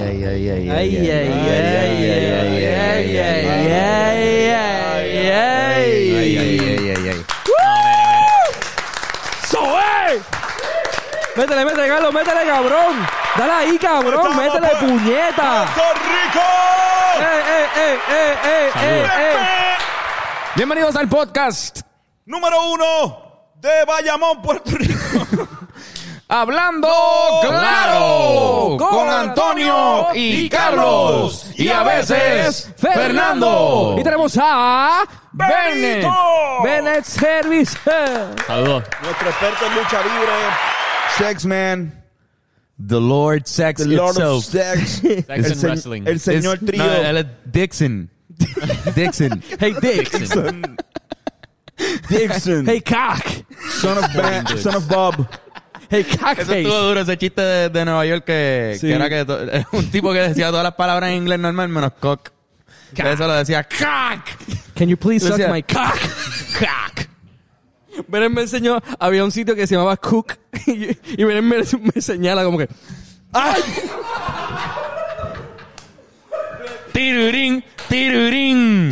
ay, ay, ay, ay, ay, ay, ay, ay, ay, ay, ¡Soe! eh. Métele, métele, Carlos, métele, cabrón. Dale ahí, cabrón, métele, puñeta. ¡Puerto Rico! Eh, eh, eh, eh, eh, eh, eh. Bienvenidos al podcast Número uno de Bayamón, Puerto Rico. Hablando Claro, Claro con Antonio y Carlos y a veces Fernando. Y tenemos a Benet. Benito. Benet Service. Saludos. Nuestro experto en lucha libre, Sex Man, The Lord Sex The Lord of Sex, and el, se- Wrestling. el señor Es- trío. no, él es Dixon. Dixon. Hey Dick. Dixon, Hey Cock. son, of Ben- son of Bob. Hey Eso estuvo Cockface. duro, ese chiste de, de Nueva York que, Sí. que era que to- un tipo que decía todas las palabras en inglés normal menos cock. De eso lo decía cock. Can you please suck Decía- my cock? Cock. Benet me enseñó, había un sitio que se llamaba Cook y, y Benet me, me señala como que ¡Ay! Tirurín, tirurín.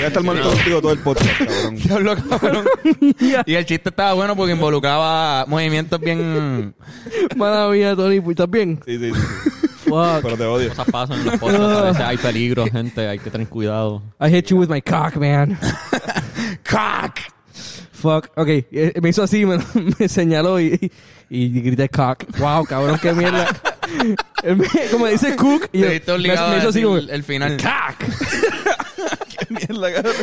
Ya está el monitor contigo todo el podcast, cabrón. Diablo, cabrón. Y el chiste estaba bueno porque involucraba movimientos bien. Mala mía, Tony, pues, ¿estás bien? Sí, sí, sí. Fuck. Pero te odio. Cosas pasan en los podcasts. A veces hay peligro, gente. Hay que tener cuidado. I hit you with my cock, man. Cock. Fuck, ok. Eh, Me hizo así, me, me señaló y, y, y grité cock. Wow, cabrón, qué mierda. Él me- como dice cook, y yo- Te viste obligado me, me a hizo así decir como, el, el final. Cock. Mierda, cabrón.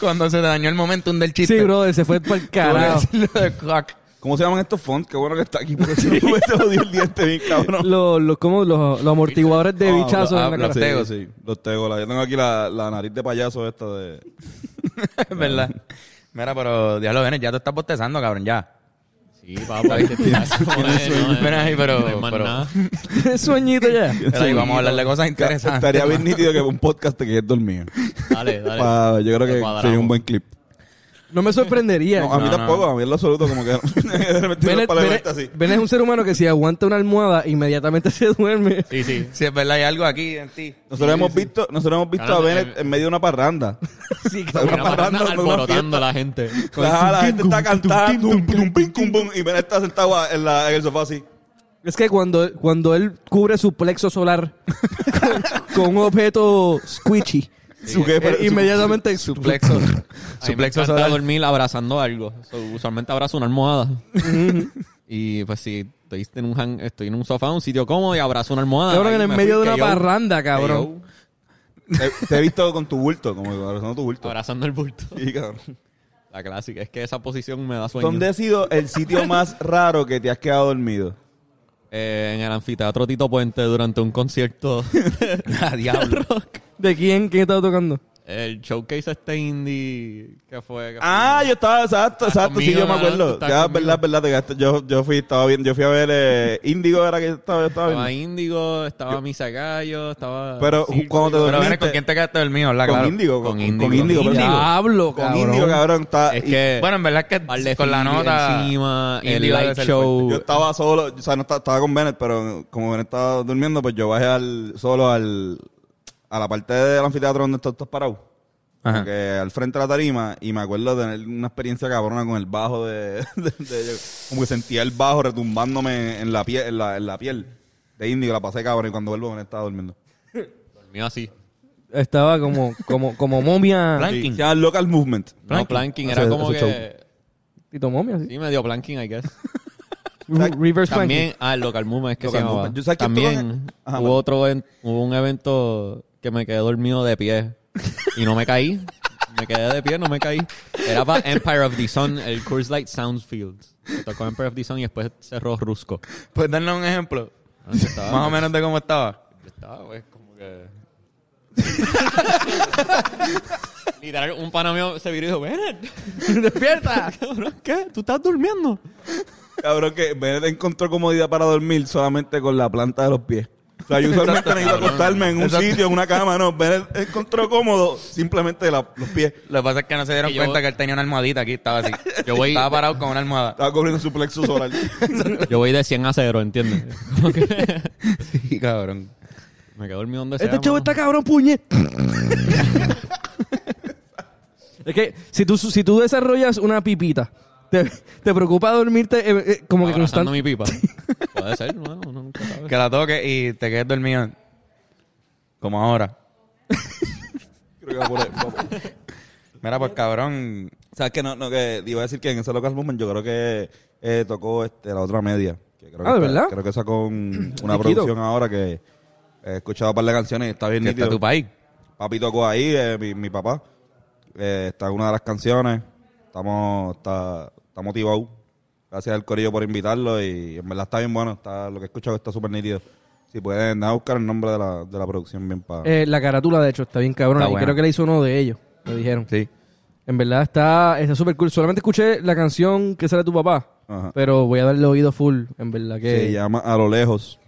Cuando se te dañó el momentum del chiste. sí, brother, se fue para el Tuve que carajo. decir lo de cock. ¿Cómo se llaman estos fonts? Qué bueno que está aquí. Porque si no pues, me odio el diente bien, cabrón. Los, los, como los, los amortiguadores de Ah, bichazo en lo- la ah, cara. los tegos. Sí, sí, los tegos. la- Yo tengo aquí la, la nariz de payaso esta de... Es verdad. Mira, pero diablo, ven, ya te estás bostezando, cabrón, ya. Sí, papo. Hay que cuidarse, joder, no, eh. Ven ahí, pero- No hay más pero- nada. Sueñito ya. Pero ahí vamos a hablar de cosas interesantes. Estaría bien nítido que un podcast te quedes dormido. Dale, dale. Pa- yo creo Te que cuadramos. sería un buen clip. No me sorprendería. No, a mí no. tampoco, a mí en lo absoluto como que... de repente Benet- una palabra Benet- está así. Benet es un ser humano que si aguanta una almohada, inmediatamente se duerme. Sí, sí. Si es verdad, hay algo aquí en ti. Nosotros hemos visto, nosotros hemos visto a Claro, Bennett eh, en medio de una parranda. Sí, O sea, Una parranda no una alborotando a la gente. La, la gente está cantando tum, tum, pim, cum, pum, y Bennett está sentado en, la- en el sofá así. Es que cuando, cuando él cubre su plexo solar con, con un objeto squishy, eh, Su jefe- su- inmediatamente Su plexo. A mí su me plexo encanta solar. dormir abrazando algo. So, usualmente abrazo una almohada. y pues sí, estoy en, un hang- estoy en un sofá, un sitio cómodo y abrazo una almohada. Cabrón, Ahí en el me medio de fui, una que yo- parranda, cabrón. Te, te he visto con tu bulto, como que abrazando tu bulto. Abrazando el bulto. Sí, cabrón. La clásica. Es que esa posición me da sueño. ¿Dónde ha sido el sitio más raro que te has quedado dormido? Eh, en el anfiteatro Tito Puente durante un concierto. Ah, diablo. ¿De quién? ¿Quién estaba tocando? el showcase este indie que fue. que fue- Ah, yo estaba, exacto, exacto, sí, conmigo, yo me ¿verdad? Tú acuerdo. estabas Ya, conmigo. verdad, verdad, te gasté- yo, yo fui, estaba bien, yo fui a ver eh, Índigo, era que estaba, yo estaba Estaba viendo. Índigo, estaba Misa Gallo, estaba. Pero Circo. cuando te Pero ven, ¿con dormiste, quién te quedaste dormido? ¿verdad? con Claro. Índigo, con Con Índigo, con Índigo. Índigo, perdón. Diablo, con cabrón. Índigo, cabrón, está- Es y- que. Bueno, en verdad par que de con la Fiji nota. Encima, el Índigo debe light ser show. Yo estaba solo, o sea, no estaba, estaba con Bennett, pero como Bennett estaba durmiendo, pues yo bajé al, solo al, a la parte del anfiteatro donde estás estás parado. Ajá. Como que al frente de la tarima, y me acuerdo de tener una experiencia cabrona con el bajo de, de- de- como que sentía el bajo retumbándome en la piel, en la, en la piel de índigo, la pasé cabrón, y cuando vuelvo Bennett estaba durmiendo. Dormido así. Estaba como, como, como momia. Sí, se Ranking. llama Local Movement. No, Planking. planking. Ese- Era como ese que. Tito momia, sí. Sí, medio planking, I guess. Re- Reverse También, ah, el Local Movement es que Local se llamaba. Movement. Yo sé que También esto- Ajá, hubo vale. otro event- hubo un evento que me quedé dormido de pie y no me caí. Me quedé de pie, no me caí. Era para Empire of the Sun, el Coors Light Sounds Fields. Me Tocó Empire of the Sun y después cerró Rusco. ¿Puedes darnos Pues un ejemplo? Ah, yo Más Estaba, o menos de cómo estaba. yo estaba, pues, como que... Literal, un pana mío se viró y dijo, Bennett, Planking. ¡Despierta! cabrón, ¿qué? ¿Tú estás durmiendo? Cabrón, que Bennett encontró comodidad para dormir solamente con la planta de los pies. O sea, yo usualmente necesito acostarme en un Exacto. sitio, en una cama, no, ver el, el control cómodo, simplemente la- los pies. Lo que pasa es que no se dieron Y yo- cuenta que él tenía una almohadita aquí, estaba así. Yo voy- Estaba parado con una almohada. Estaba cubriendo su plexo solar. Yo voy de 100 a 0, ¿entiendes? Como que Sí, cabrón. me quedo dormido donde sea. Este chavo mano. está cabrón, puñe. es que si tú, si tú desarrollas una pipita, te, te preocupa dormirte eh, eh, como que Abrazando constantemente. mi pipa. Puede ser, mano, uno nunca sabe. Que la toque y te quedes dormido. Como ahora. Creo que va por ahí, va por ahí. Mira, pues cabrón. O sea, es que no, no, que iba a decir que en ese local Movement yo creo que eh, tocó este, la otra media. Que creo que Ah, ¿de está- verdad? Creo que sacó un- una Chiquito. producción ahora que he escuchado un par de canciones y está bien Que está nítido. tu país. Papi tocó ahí, eh, mi, mi papá. Eh, está en una de las canciones. Estamos, está, está motivado. Gracias al Corillo por invitarlo y en verdad está bien bueno. Está, lo que he escuchado está súper nítido. Si pueden, nada, buscar el nombre de la, de la producción bien para... Eh, la carátula, de hecho, está bien cabrón. Está y buena. creo que la hizo uno de ellos, me dijeron. Sí. En verdad está está súper cool. Solamente escuché la canción que sale tu papá, Ajá. pero voy a darle oído full, en verdad Se que llama A lo lejos.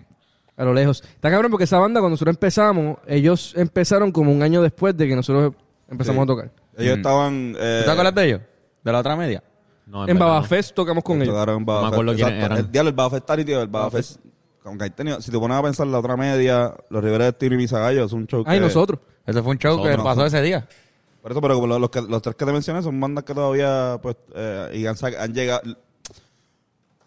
a lo lejos. Está cabrón porque esa banda cuando nosotros empezamos, ellos empezaron como un año después de que nosotros empezamos Sí. a tocar. Ellos Mm. estaban... eh, ¿Tú te acuerdas de ellos? ¿De la otra media? No, en verdad, no. Babafest tocamos con ellos. Tocaron en No me Babafest, acuerdo quiénes exacto. eran. El diablo, el Babafest está nítido, el Babafest. Aunque hay tenido- si te pones a pensar la otra media, los Rivera de Tiro y Misagallo es un show Ay, que- nosotros. Ese fue un show que Nosotros. pasó ese día. Por eso, pero como los, los que- los tres que te mencioné son bandas que todavía pues, eh, y han, sa- han llegado.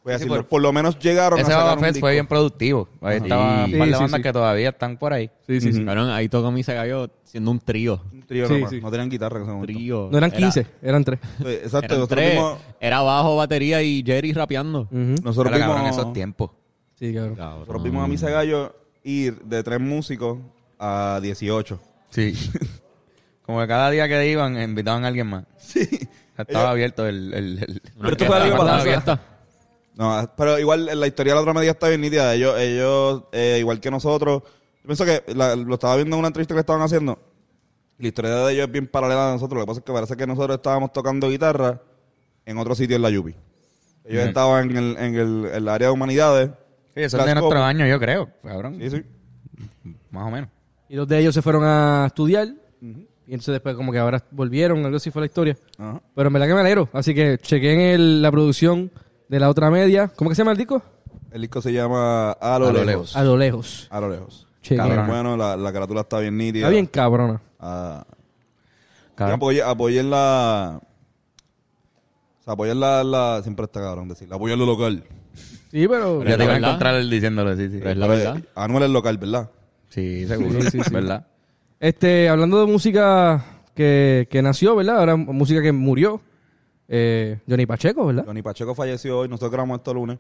Voy a Sí, decirlo, por- por, lo menos llegaron Ese a sacar un Babafest fue bien disco. productivo. Ahí Ajá. estaban Sí, un par de sí, bandas sí. que todavía están por ahí. Sí, sí, sí. Cabrón, ahí tocó mi cagalló siendo un trío. Un trío Sí, nomás, sí. No tenían guitarra en ese momento. Trío. No eran Era- 15, eran 3. Sí, Exacto, eran nosotros tres. vimos. Era bajo, batería y Jerry rapeando. Nosotros Era, vimos, cabrón, esos tiempos. Mm. Sí, cabrón. nosotros vimos a Misa Gallo ir de tres músicos a 18. Sí. Como que cada día que iban, invitaban a alguien más. Sí. Estaba abierto el... el, el- Una Pero esto fue algo orquesta, para- una orquesta. No, ah, pero igual eh, la historia de la otra media está bien nítida. Ellos, ellos eh, igual que nosotros, yo pienso que la- lo estaba viendo en una entrevista que le estaban haciendo. La historia de ellos es bien paralela a nosotros. Lo que pasa es que parece que nosotros estábamos tocando guitarra en otro sitio en la Yupi. Ellos Ujú. estaban en el, en, el, en el área de humanidades. Sí, eso es Las de nuestro copas. año, yo creo, cabrón. Sí, sí. Más o menos. Y dos de ellos se fueron a estudiar. Y entonces después como que ahora volvieron, algo así fue la historia. Ajá. Pero en verdad que me alegro. Así que chequen el- la producción de la otra media. ¿Cómo que se llama el disco? El disco se llama A lo, A lo lejos. A lo lejos. A lo lejos. Chequea. Cabrón, Bueno, la, la carátula está bien nítida. Está bien cabrona. Ah, Cabrón. Apoyen, apoyen la. O sea, apoyen la, la. Siempre está cabrón decirlo. Apoyen lo local. Sí, pero... Ya te iba a ¿Verdad? encontrar él diciéndolo, sí, sí. Pero es la Pero, verdad. eh, Anuel es local, ¿verdad? Sí, seguro. Sí, sí, sí. ¿Verdad? Este, hablando de música que, que nació, ¿verdad? Ahora música que murió. Eh, Johnny Pacheco, ¿verdad? Johnny Pacheco falleció hoy. Nosotros grabamos esto el lunes.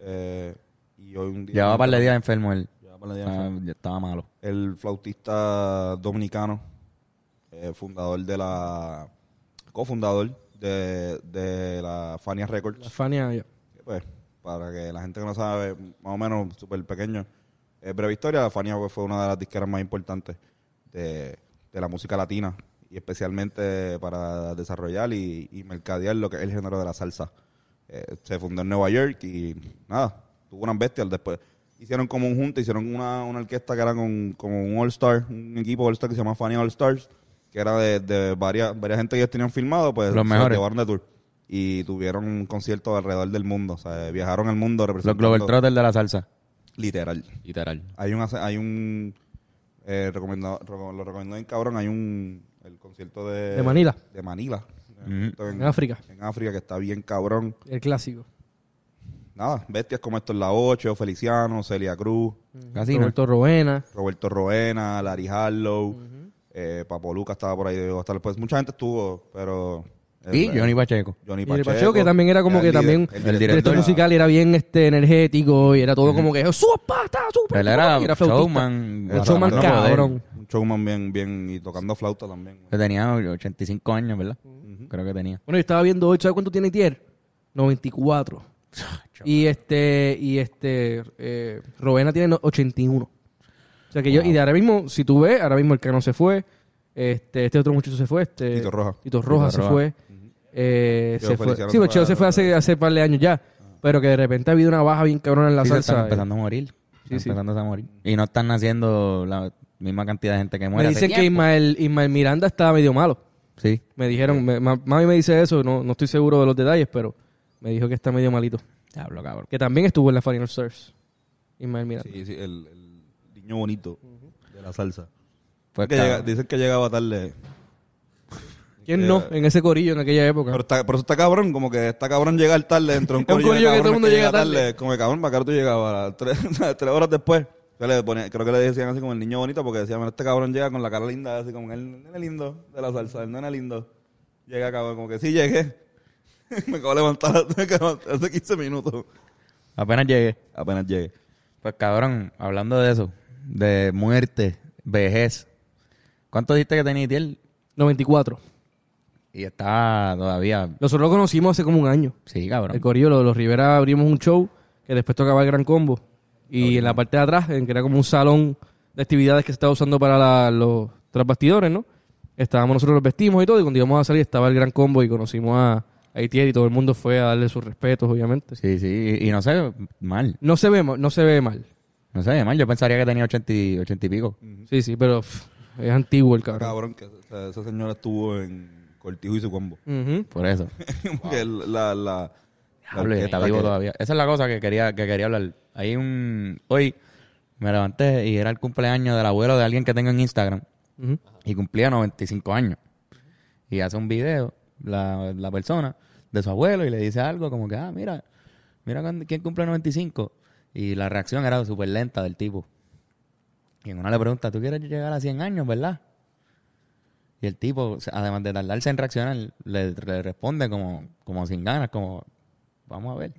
Eh, y hoy un día. Llevaba par de días enfermo él. Llevaba par de días Ah, enfermo. ya estaba malo. El flautista dominicano, eh, fundador de la. cofundador de, de la Fania Records. La Fania, ya. que, pues, para que la gente que no sabe, más o menos súper pequeño, es breve historia, Fania pues, fue una de las disqueras más importantes de, de la música latina y especialmente para desarrollar y, y mercadear lo que es el género de la salsa. Eh, se fundó en Nueva York y nada, tuvo unas bestias después. Hicieron como un junta, hicieron una, una orquesta que era con, como un All-Star, un equipo All-Star que se llama Fania All-Stars, que era de, de varias, varias gente que ellos tenían filmado, pues Los se mejores. llevaron de tour y tuvieron un concierto alrededor del mundo. O sea, viajaron al mundo Los representando. Glover Trotter de la salsa. Literal. Literal. Hay un, hay un eh, recomendado, reco- lo recomiendo en cabrón, hay un el concierto de, De Manila. De Manila. Mm-hmm. En África. En África, que está bien cabrón. El clásico. Nada, bestias como estos La 8, Feliciano, Celia Cruz, Mm. Casi no. Roberto Roena. Roberto Roena, Larry Harlow, eh, Papo Lucas estaba por ahí, Diego González. Pues mucha gente estuvo, pero... Y eh, Johnny Pacheco. Johnny Y Pacheco, que también era como que el líder- también el el El de director la- musical y era bien este energético y era todo como que su pata, su Él era y flautista. showman. Un showman otro poder. cabrón. Un showman bien, bien, y tocando flauta también. Que tenía 85 años, ¿verdad? Creo que tenía. Bueno, yo estaba viendo hoy, ¿sabes cuánto tiene Tier? 94. y este, y este, eh, Robena tiene no- 81. O sea que yo, y de ahora mismo, si tú ves, ahora mismo el Cano se fue, este, este otro muchacho se fue, este. Tito Roja. Tito Roja Tito se Roja. fue. eh, Yo se fue. Feliciano Sí, se pero Cheo fue a- se fue hace, hace par de años ya. Pero que de repente ha habido una baja bien cabrona en la Sí, se están salsa. empezando a morir. Están empezándose a morir. Y no están naciendo la misma cantidad de gente que Me muere. hace dicen que tiempo. Ismael, Ismael Miranda está medio malo. Sí. Me dijeron, me- ma- mami me dice eso, no, no estoy seguro de los detalles, pero me dijo que está medio malito. Diablo, cabrón. Que también estuvo en la Final Stars. Ismael Miranda. Sí, sí, el, el niño bonito de la salsa. Pues, Que llega- cabrón. dicen que llegaba tarde. ¿Quién no? En ese corillo en aquella época. Pero, está, pero eso está cabrón, como que está cabrón llegar tarde dentro de un Es un corillo de corillo que todo el cabrones mundo llega tarde. Como que cabrón, para tú llegabas a las tres, tres horas después. Yo le ponía- creo que le decían así como el niño bonito, porque decían, "Mira, este cabrón llega con la cara linda, así como el nene lindo de la salsa, el nene lindo. Llega cabrón, como que sí llegué. me acabo de levantar hace- hace 15 minutos. Apenas llegué. Apenas llegué. Pues cabrón, hablando de eso, de muerte, vejez. ¿Cuánto dijiste que tenía Itiel? 94. Y está todavía. Nosotros lo conocimos hace como un año. Sí, El cabrón. corillo, los, los Rivera abrimos un show que después tocaba el Gran Combo. Y en la parte de atrás, en que era como un salón de actividades que se estaba usando para la- los transbastidores, ¿no? Estábamos nosotros los vestimos y todo, y cuando íbamos a salir estaba el Gran Combo y conocimos a Haitier y todo el mundo fue a darle sus respetos, obviamente. Sí, sí. Y, y no sé, mal. No se ve, ma- no se ve mal. No sé, mal. Yo pensaría que tenía 80 y, 80 y pico. Sí, sí, pero pff, es antiguo el Está Cabrón, cabrón. que o sea, esa señora estuvo en Cortijo y su combo. Ujú. Por eso. Porque la, la, la Diablo, y está orquesta vivo que- todavía. Esa es la cosa que quería, que quería hablar. Hay un. Hoy me levanté y era el cumpleaños del abuelo de alguien que tengo en Instagram. Ujú. Y cumplía 95 años. Y hace un video, la, la persona, de su abuelo y le dice algo como que, ah, mira, mira cuándo- quién cumple 95. Y la reacción era súper lenta del tipo. Y en una le pregunta, ¿tú quieres llegar a 100 años, verdad? Y el tipo, o sea, además de tardarse en reaccionar, le, le responde como, como sin ganas, como, vamos a ver.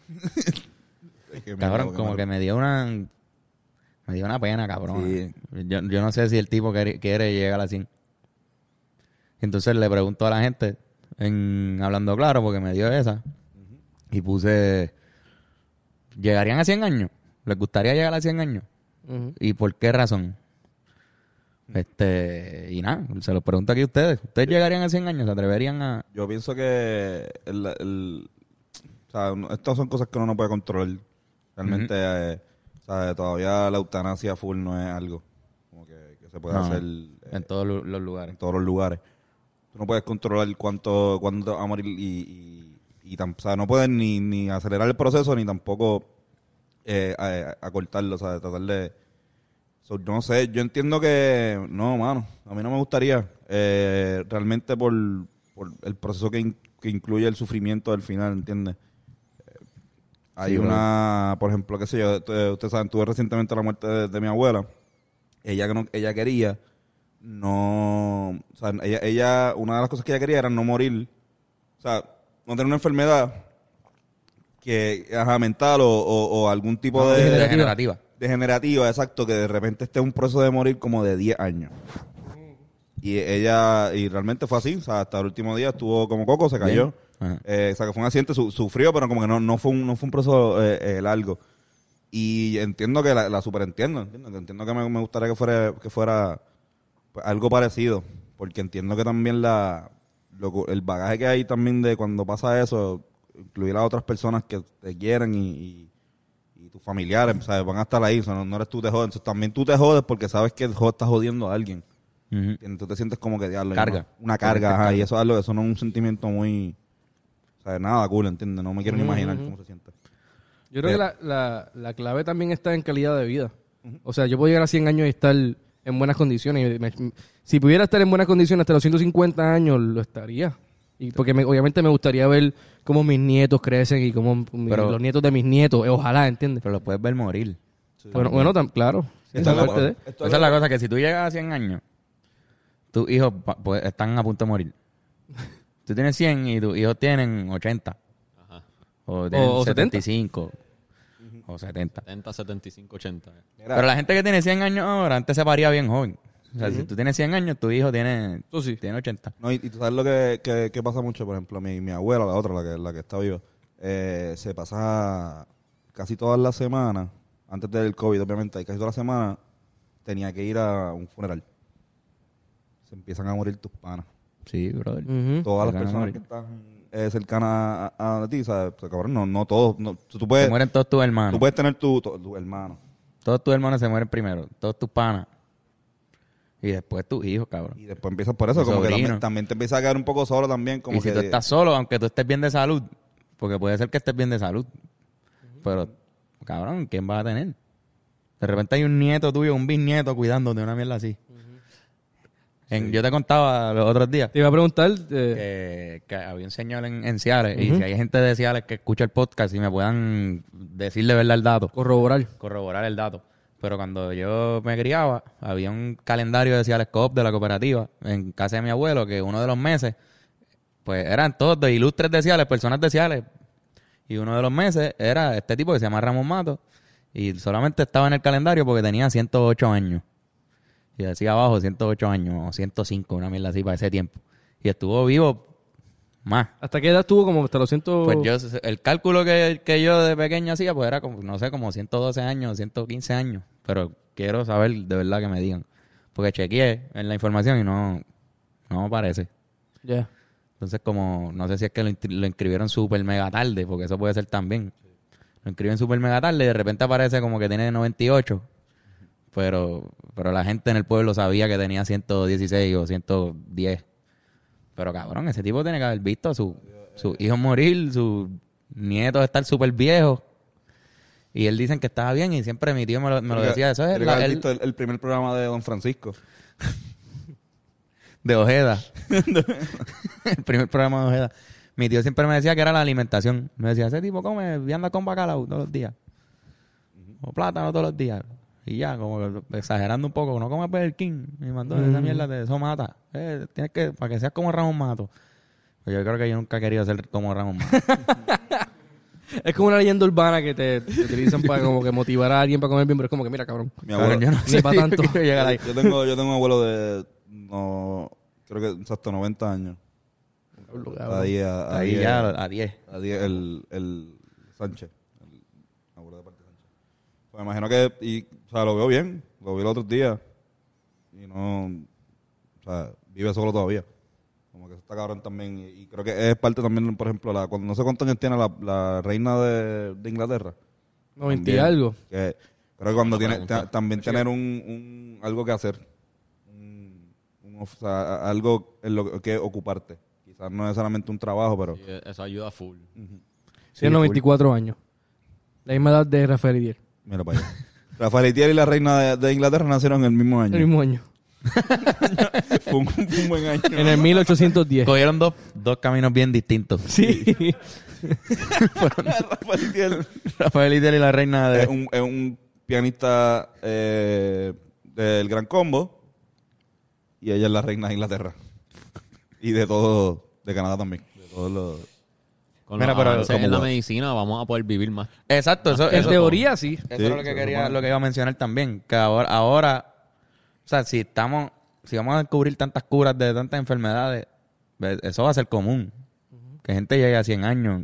Es que me Cabrón, acabo de como que matar. me dio una... Me dio una pena, cabrón. Sí. Yo, yo no sé si el tipo quiere, quiere llegar a 100. Entonces le pregunto a la gente, en hablando claro, porque me dio esa. Y puse... ¿Llegarían a 100 años? ¿Les gustaría llegar a 100 años? Ujú. ¿Y por qué razón? Este... Y nada, se los pregunto aquí a ustedes. ¿Ustedes llegarían a 100 años? ¿Se atreverían a...? Yo pienso que el, el- o sea, no- estas son cosas que uno no puede controlar. Realmente, eh, o sea, todavía la eutanasia full no es algo como que, que se puede No, hacer eh, En todos lu- los lugares. en todos los lugares. Tú no puedes controlar cuánto, cuándo te va a morir y, y, y tam- o sea, no puedes ni, ni acelerar el proceso ni tampoco eh, a- a- acortarlo, o sea, tratar de... so, yo no sé, yo entiendo que... No, mano, a mí no me gustaría eh, realmente por, por el proceso que, in- que incluye el sufrimiento del final, ¿entiendes? Eh, Hay Sí, bro. una, por ejemplo, qué sé yo, eh, ustedes saben, tuve recientemente la muerte de, de mi abuela. Ella que no, ella quería no, o sea, ella, ella, una de las cosas que ella quería era no morir, o sea, no tener una enfermedad que, ajá, mental o, o- o algún tipo de, Degenerativa. degenerativa, exacto, que de repente esté en un proceso de morir como de 10 años. Y ella, y realmente fue así, o sea, hasta el último día estuvo como coco, se cayó. Ajá. Eh, o sea, que fue un accidente, su- sufrió, pero como que no, no, fue, un, no fue un proceso eh, eh, largo. Y entiendo que la, la superentiendo, entiendo, que entiendo que me, me gustaría que fuera, que fuera pues, algo parecido, porque entiendo que también la lo cu- el bagaje que hay también de cuando pasa eso, incluir a otras personas que te quieren y, y- y tus familiares, ¿sabes? Van a estar ahí, o sea, no, no eres tú te jodes, Entonces, también tú te jodes porque sabes que jo- estás jodiendo a alguien. Ujú. ¿entiendes? Tú te sientes como que diablo. Carga. Una, una carga, Sientes ajá, y carga. eso es algo, eso no es un sentimiento muy, o sea, nada cool, ¿entiendes? No me quiero ni Ujú, imaginar ujú. cómo se siente. Yo creo que la, la- la clave también está en calidad de vida. O sea, yo puedo llegar a 100 años y estar en buenas condiciones. Y me- si pudiera estar en buenas condiciones hasta los 150 años, lo estaría. Y porque me- obviamente me gustaría ver cómo mis nietos crecen y cómo mi- Pero- los nietos de mis nietos. eh, ojalá, ¿entiendes? Pero lo puedes ver morir. bueno, bueno tam- claro. Esa Esto es lo- parte de- esto es Esa es la cosa, que si tú llegas a 100 años, tus hijos pa- pues, están a punto de morir. Tú tienes 100 y tus hijos tienen 80. O tienen O- o 75. O 70. 70, 75, 80. Mira. Pero la gente que tiene 100 años ahora, antes se paría bien joven. O sea, si tú tienes 100 años, tu hijo tiene, Eso sí. tiene 80. No, y, y tú sabes lo que, que- que pasa mucho, por ejemplo, mi, mi abuela, la otra, la que, la que está viva, eh, se pasa casi todas las semanas, antes del COVID, obviamente, y casi todas las semanas tenía que ir a un funeral. Se empiezan a morir tus panas. Sí, brother. Ujú. Todas las Empiezan a personas morir. que están eh, cercanas a, a- a ti, ¿sabes? O sea, cabrón, pues, no, no todos. no, tú, tú Se puedes, mueren todos tus hermanos. tú puedes tener tu, tu- tu hermano. Todos tus hermanos se mueren primero. Todos tus panas. Y después tus hijos, cabrón. Y después empiezas por eso, Mi como que sobrino. también, también te empiezas a quedar un poco solo también. Como y si que tú estás solo, aunque tú estés bien de salud, porque puede ser que estés bien de salud, pero, cabrón, ¿quién vas a tener? De repente hay un nieto tuyo, un bisnieto cuidándote, una mierda así. En- Yo te contaba los otros días Te iba a preguntar. eh, que, que había un señor en, en Ciales, y si hay gente de Ciales que escucha el podcast y me puedan decir de verdad el dato, corroborar. corroborar el dato. Pero cuando yo me criaba, había un calendario de Ciales Coop de la cooperativa en casa de mi abuelo, que uno de los meses, pues eran todos de ilustres de Ciales, personas de Ciales. Y uno de los meses era este tipo que se llama Ramón Mato, y solamente estaba en el calendario porque tenía 108 años. Y decía abajo 108 años, o 105, una mierda así para ese tiempo. Y estuvo vivo más. ¿Hasta qué edad tuvo? Como hasta los ciento... Pues yo, el cálculo que, que yo de pequeño hacía, pues era como, no sé, como 112 años, 115 años. Pero quiero saber de verdad que me digan. Porque chequeé en la información y no, no aparece. Ya. Entonces, como, no sé si es que lo, inscri- lo inscribieron super mega tarde, porque eso puede ser también. Lo inscriben super mega tarde y de repente aparece como que tiene 98. Pero, pero la gente en el pueblo sabía que tenía 116 o 110. Pero cabrón, ese tipo tiene que haber visto a su, su hijo morir, su nieto estar súper viejo. Y él dicen que estaba bien y siempre mi tío me lo, me lo Creo que- decía. Eso es creo que la- haber el- visto el, el primer programa de Don Francisco. De Ojeda. el primer programa de Ojeda. Mi tío siempre me decía que era la alimentación. Me decía, ese tipo come vianda con bacalao todos los días. O plátano todos los días. Y ya, como que exagerando un poco, no comes Burger King. Me mandó esa mierda de eso mata. Eh, tienes que, para que seas como Ramón Mato. Pues yo creo que yo nunca he querido ser como Ramón Mato. Es como una leyenda urbana que te, te utilizan para como que motivar a alguien para comer bien, pero es como que mira, cabrón. Mi abuelo. Cabrón, yo no Ni sé pa' si yo tanto. quiero llegar ahí. Yo tengo, yo tengo un abuelo de, no, creo que exacto 90 años. Cabrón, A cabrón. 10, a, Ahí 10, ya, a 10. a 10, el, el Sánchez. El abuelo de parte de Sánchez. Pues me imagino que, y, o sea, lo veo bien. Lo vi el otro día. Y no, o sea, vive solo todavía. Como que eso está cabrón también. Y, y creo que es parte también, por ejemplo, la, cuando no sé cuántos años tiene la, la reina de, de Inglaterra. 90 y También. algo. Que creo que cuando tiene, pregunta. ta- también tener un, un- algo que hacer, un, un off- o sea, algo en lo que ocuparte. Quizás no necesariamente un trabajo, pero Sí, eso ayuda full. Tiene 94 años. La misma edad de Rafael Idier. mira para allá. Rafael Itier y la reina de, de Inglaterra nacieron en el mismo año. El mismo año. Fue un, fue un buen año. En el 1810. Cogieron dos, dos caminos bien distintos. Sí. Rafael Itier Rafael Itiel y la reina de... es un, es un pianista eh, del Gran Combo y ella es la reina de Inglaterra. Y de todo, de Canadá también. De todos los... Con Mira, los pero avances como en la what? medicina vamos a poder vivir más. Exacto, eso, En eso, teoría, sí. Eso Sí, es lo que se quería, supone. lo que iba a mencionar también. Que ahora, ahora, o sea, si estamos, si vamos a descubrir tantas curas de tantas enfermedades, ve- eso va a ser común. Que gente llegue a 100 años,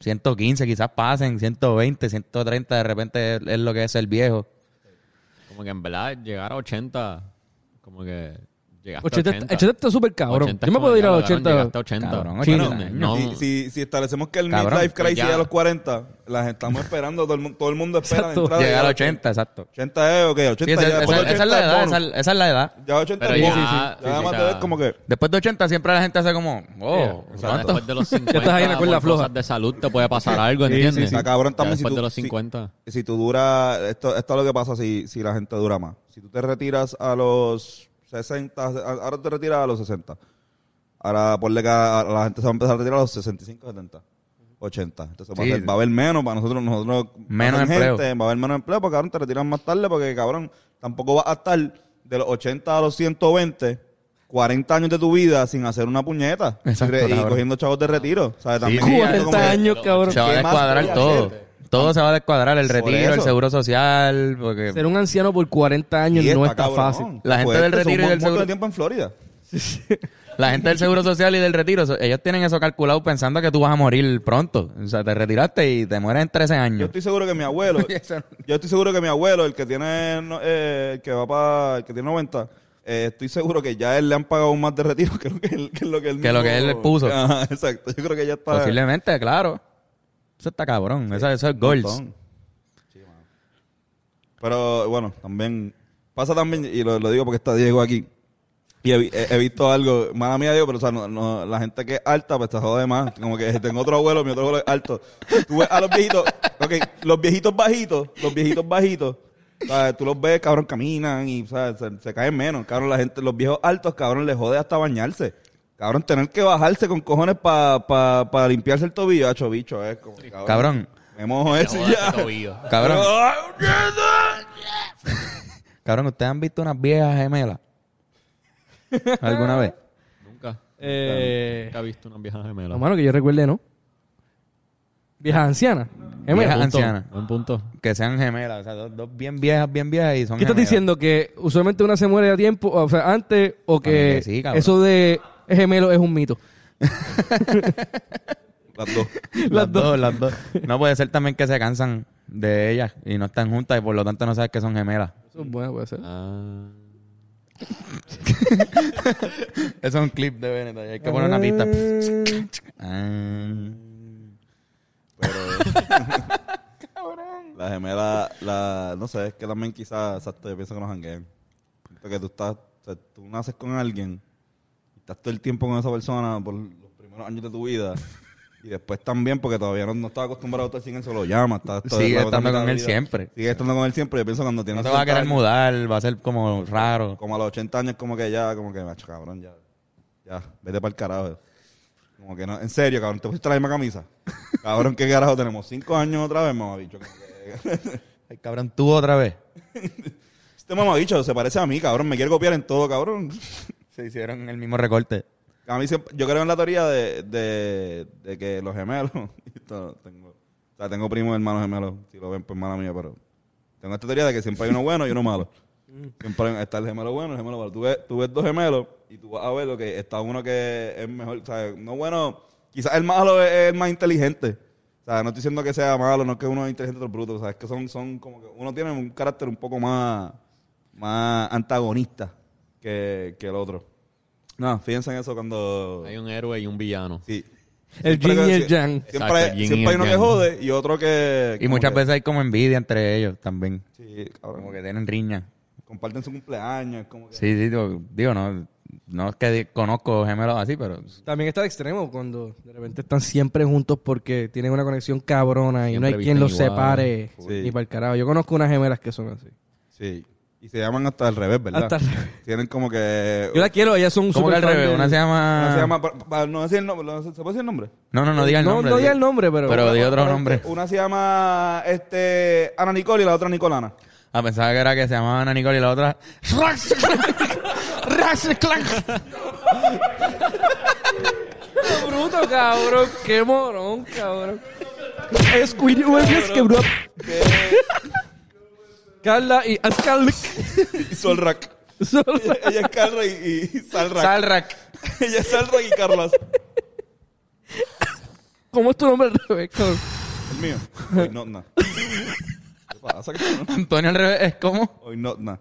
115 quizás pasen, 120, 130, de repente es, es lo que es el viejo. Como que en verdad llegar a 80, como que llegaste 80, a 80. 80 está súper cabrón. 80 Yo me como puedo ir a diablo, los 80. Llegaste a 80. Cabrón, Sí, 80 no, años. no. Si, si- si establecemos que el Cabrón, midlife pues crisis ya. es a los 40, las estamos esperando, todo el, mu- todo el mundo espera Exacto. la entrada. de Llegar a los 80, exacto. 80 es, ok, 80 Sí, esa, ya. esa- después de esa es la 80 edad, es esa, bonus. esa es la edad. Ya 80 Pero es ya- bonus. sí, sí. Ya sí, nada sí, más ya. te ves como que... Después de 80 siempre la gente hace como, oh, O sea, ¿cuánto? después de los 50 estás ahí en la cuerda por cosas floja. de salud te puede pasar algo, sí, ¿entiendes? sí. Está cabrón también Ya si Después tú- de los si- 50. Si tú duras... Esto, esto es lo que pasa si, si la gente dura más. Si tú te retiras a los 60... a- Ahora te retiras a los 60. Ahora ponle que a, a la gente se va a empezar a retirar a los 65, 70. 80. Entonces va, a Sí. ser- va a haber menos para nosotros. nosotros Menos hacen empleo. va a haber menos empleo porque cabrón te retiran más tarde porque cabrón tampoco vas a estar de los 80 a los 120, 40 años de tu vida sin hacer una puñeta Exacto, y, re- y cabrón. cogiendo chavos de retiro. ¿sabes? También sí, es algo como que- 40 años, cabrón. Se va a ¿Qué más voy descuadrar a todo. hacer? Todo se va a descuadrar, el Por retiro, el eso. seguro social, porque... Ser un anciano por 40 años y no está está cabrón. fácil. La gente del Fuerte, son retiro y del un montón seguro- de tiempo en Florida. La gente del Seguro Social y del retiro, so- ellos tienen eso calculado pensando que tú vas a morir pronto. O sea, te retiraste y te mueres en 13 Yo años. estoy seguro que mi abuelo, yo estoy seguro que mi abuelo, el que tiene, no- eh, el que va para, el que tiene 90, eh, estoy seguro que ya él le han pagado más de retiro que lo que él, que lo que él, Que lo que él le puso. Ajá, exacto. Yo creo que ya está. Posiblemente, claro. Eso está cabrón. Eso, eso es goals. Montón. Pero bueno, también pasa también, y lo, lo digo porque está Diego aquí. Y he, vi- he- he visto algo, mala mía Diego, pero o sea, no- no, la gente que es alta, pues te jode más. Como que tengo otro abuelo, mi otro abuelo es alto. Tú ves a los viejitos, ok, los viejitos bajitos, los viejitos bajitos, ¿sabes? tú los ves, cabrón, caminan y ¿sabes? Se, se caen menos. Cabrón, la gente, los viejos altos, cabrón, les jode hasta bañarse. Cabrón, tener que bajarse con cojones para pa, pa limpiarse el tobillo, hacho bicho, es como, cabrón. Cabrón, Me mojo eso y ya. cabrón. ¡Ah, Cabrón, ¿ustedes han visto unas viejas gemelas? ¿Alguna vez? Nunca. Eh, Nunca he visto una vieja gemela. Lo malo que yo recuerde, ¿no? Viejas ancianas. Viejas Gemelas. anci- anciana. Un punto. Que sean gemelas, o sea, dos, dos bien viejas, bien viejas y son ¿Qué estás gemelas. diciendo? Que usualmente una se muere a tiempo, o sea, antes, o Para que que sí, cabrón. eso de gemelo es un mito. Las dos. Las dos, las dos. No puede ser también que se cansan de ellas y no están juntas y por lo tanto no sabes que son gemelas. Eso es bueno, puede ser. Ah. Eso es un clip de Benetton. Hay que poner una pista. Eh, Ah. La gemela, la, no sé, es que también quizás, exacto, yo pienso que nos janguean. Siento que tú estás, o sea, tú naces con alguien, y estás todo el tiempo con esa persona por los primeros años de tu vida, y después también, porque todavía no, no estás acostumbrado a estar sin él, se lo llama. Estás, toda- Sigue la otra estando mitad con de él vida. siempre. Sigue estando con él siempre, yo pienso cuando No tienes te vas a 60 querer años, mudar, va a ser como raro. Como a los 80 años, como que ya, como que, macho, cabrón, ya, ya, vete para el carajo. Como que no, en serio, cabrón, te pusiste la misma camisa. Cabrón, ¿qué carajo tenemos? ¿Cinco años otra vez, mamabicho? Como que- Ay, cabrón, tú otra vez. Este mamabicho se parece a mí, cabrón. Me quiere copiar en todo, cabrón. Se hicieron el mismo recorte. A mí siempre- yo creo en la teoría de, de, de que los gemelos. esto tengo, o sea, tengo primos hermanos gemelos. Si lo ven, pues mala mía, pero. Tengo esta teoría de que siempre hay uno bueno y uno malo. Mm. Siempre hay- está el gemelo bueno, el gemelo malo. Tú ves, tú ves dos gemelos y tú vas a ver lo que está uno que es mejor. O sea, no bueno. Quizás el malo es, es el más inteligente. O sea, no estoy diciendo que sea malo, no es que uno es inteligente otro es bruto. O sea, es que son, son como que uno tiene un carácter un poco más, más antagonista que, que el otro. No, fíjense en eso cuando. Hay un héroe y un villano. Sí. El Siempre yin y que- el yang. Siempre, Exacto, el yin siempre y hay el uno que yang. jode y otro que. Y como muchas que- veces hay como envidia entre ellos también. Sí, cabrón. Como que tienen riña. Comparten su cumpleaños. Como que, Sí, sí, digo, digo, no, no es que di- conozco gemelos así, pero También está el extremo cuando de repente están siempre juntos porque tienen una conexión cabrona y no Siempre hay quien visten los igual. separe Sí. ni para el carajo. Yo conozco unas gemelas que son así. sí. Y se llaman hasta al revés, ¿verdad? Hasta al revés. Tienen como que. Yo las quiero, ellas son ¿Cómo que al superfan revés? de- Una se llama... Una se llama. pa- pa- No decir el nombre. no sé- ¿Se puede decir el nombre? Este, No, no, no diga el No, nombre. no di- diga el nombre, pero- Pero di otro nombre. Una se llama este Ana Nicole y la otra Nicolana. Ah, pensaba que era que se llamaba Ana Nicole y la otra... ¡Qué bruto, cabrón! ¡Qué morón, cabrón! Es Queen Williams que bro. Carla y Ascal. Y Solrak. Solo- Ella es Carla y, y Salrak. Salrak. Ella es Salrak y Carlas. ¿Cómo es tu nombre al revés, cabrón? El mío. Hoy no, na. ¿Qué pasa, cabrón? Antonio al revés es como... Hoy no, na.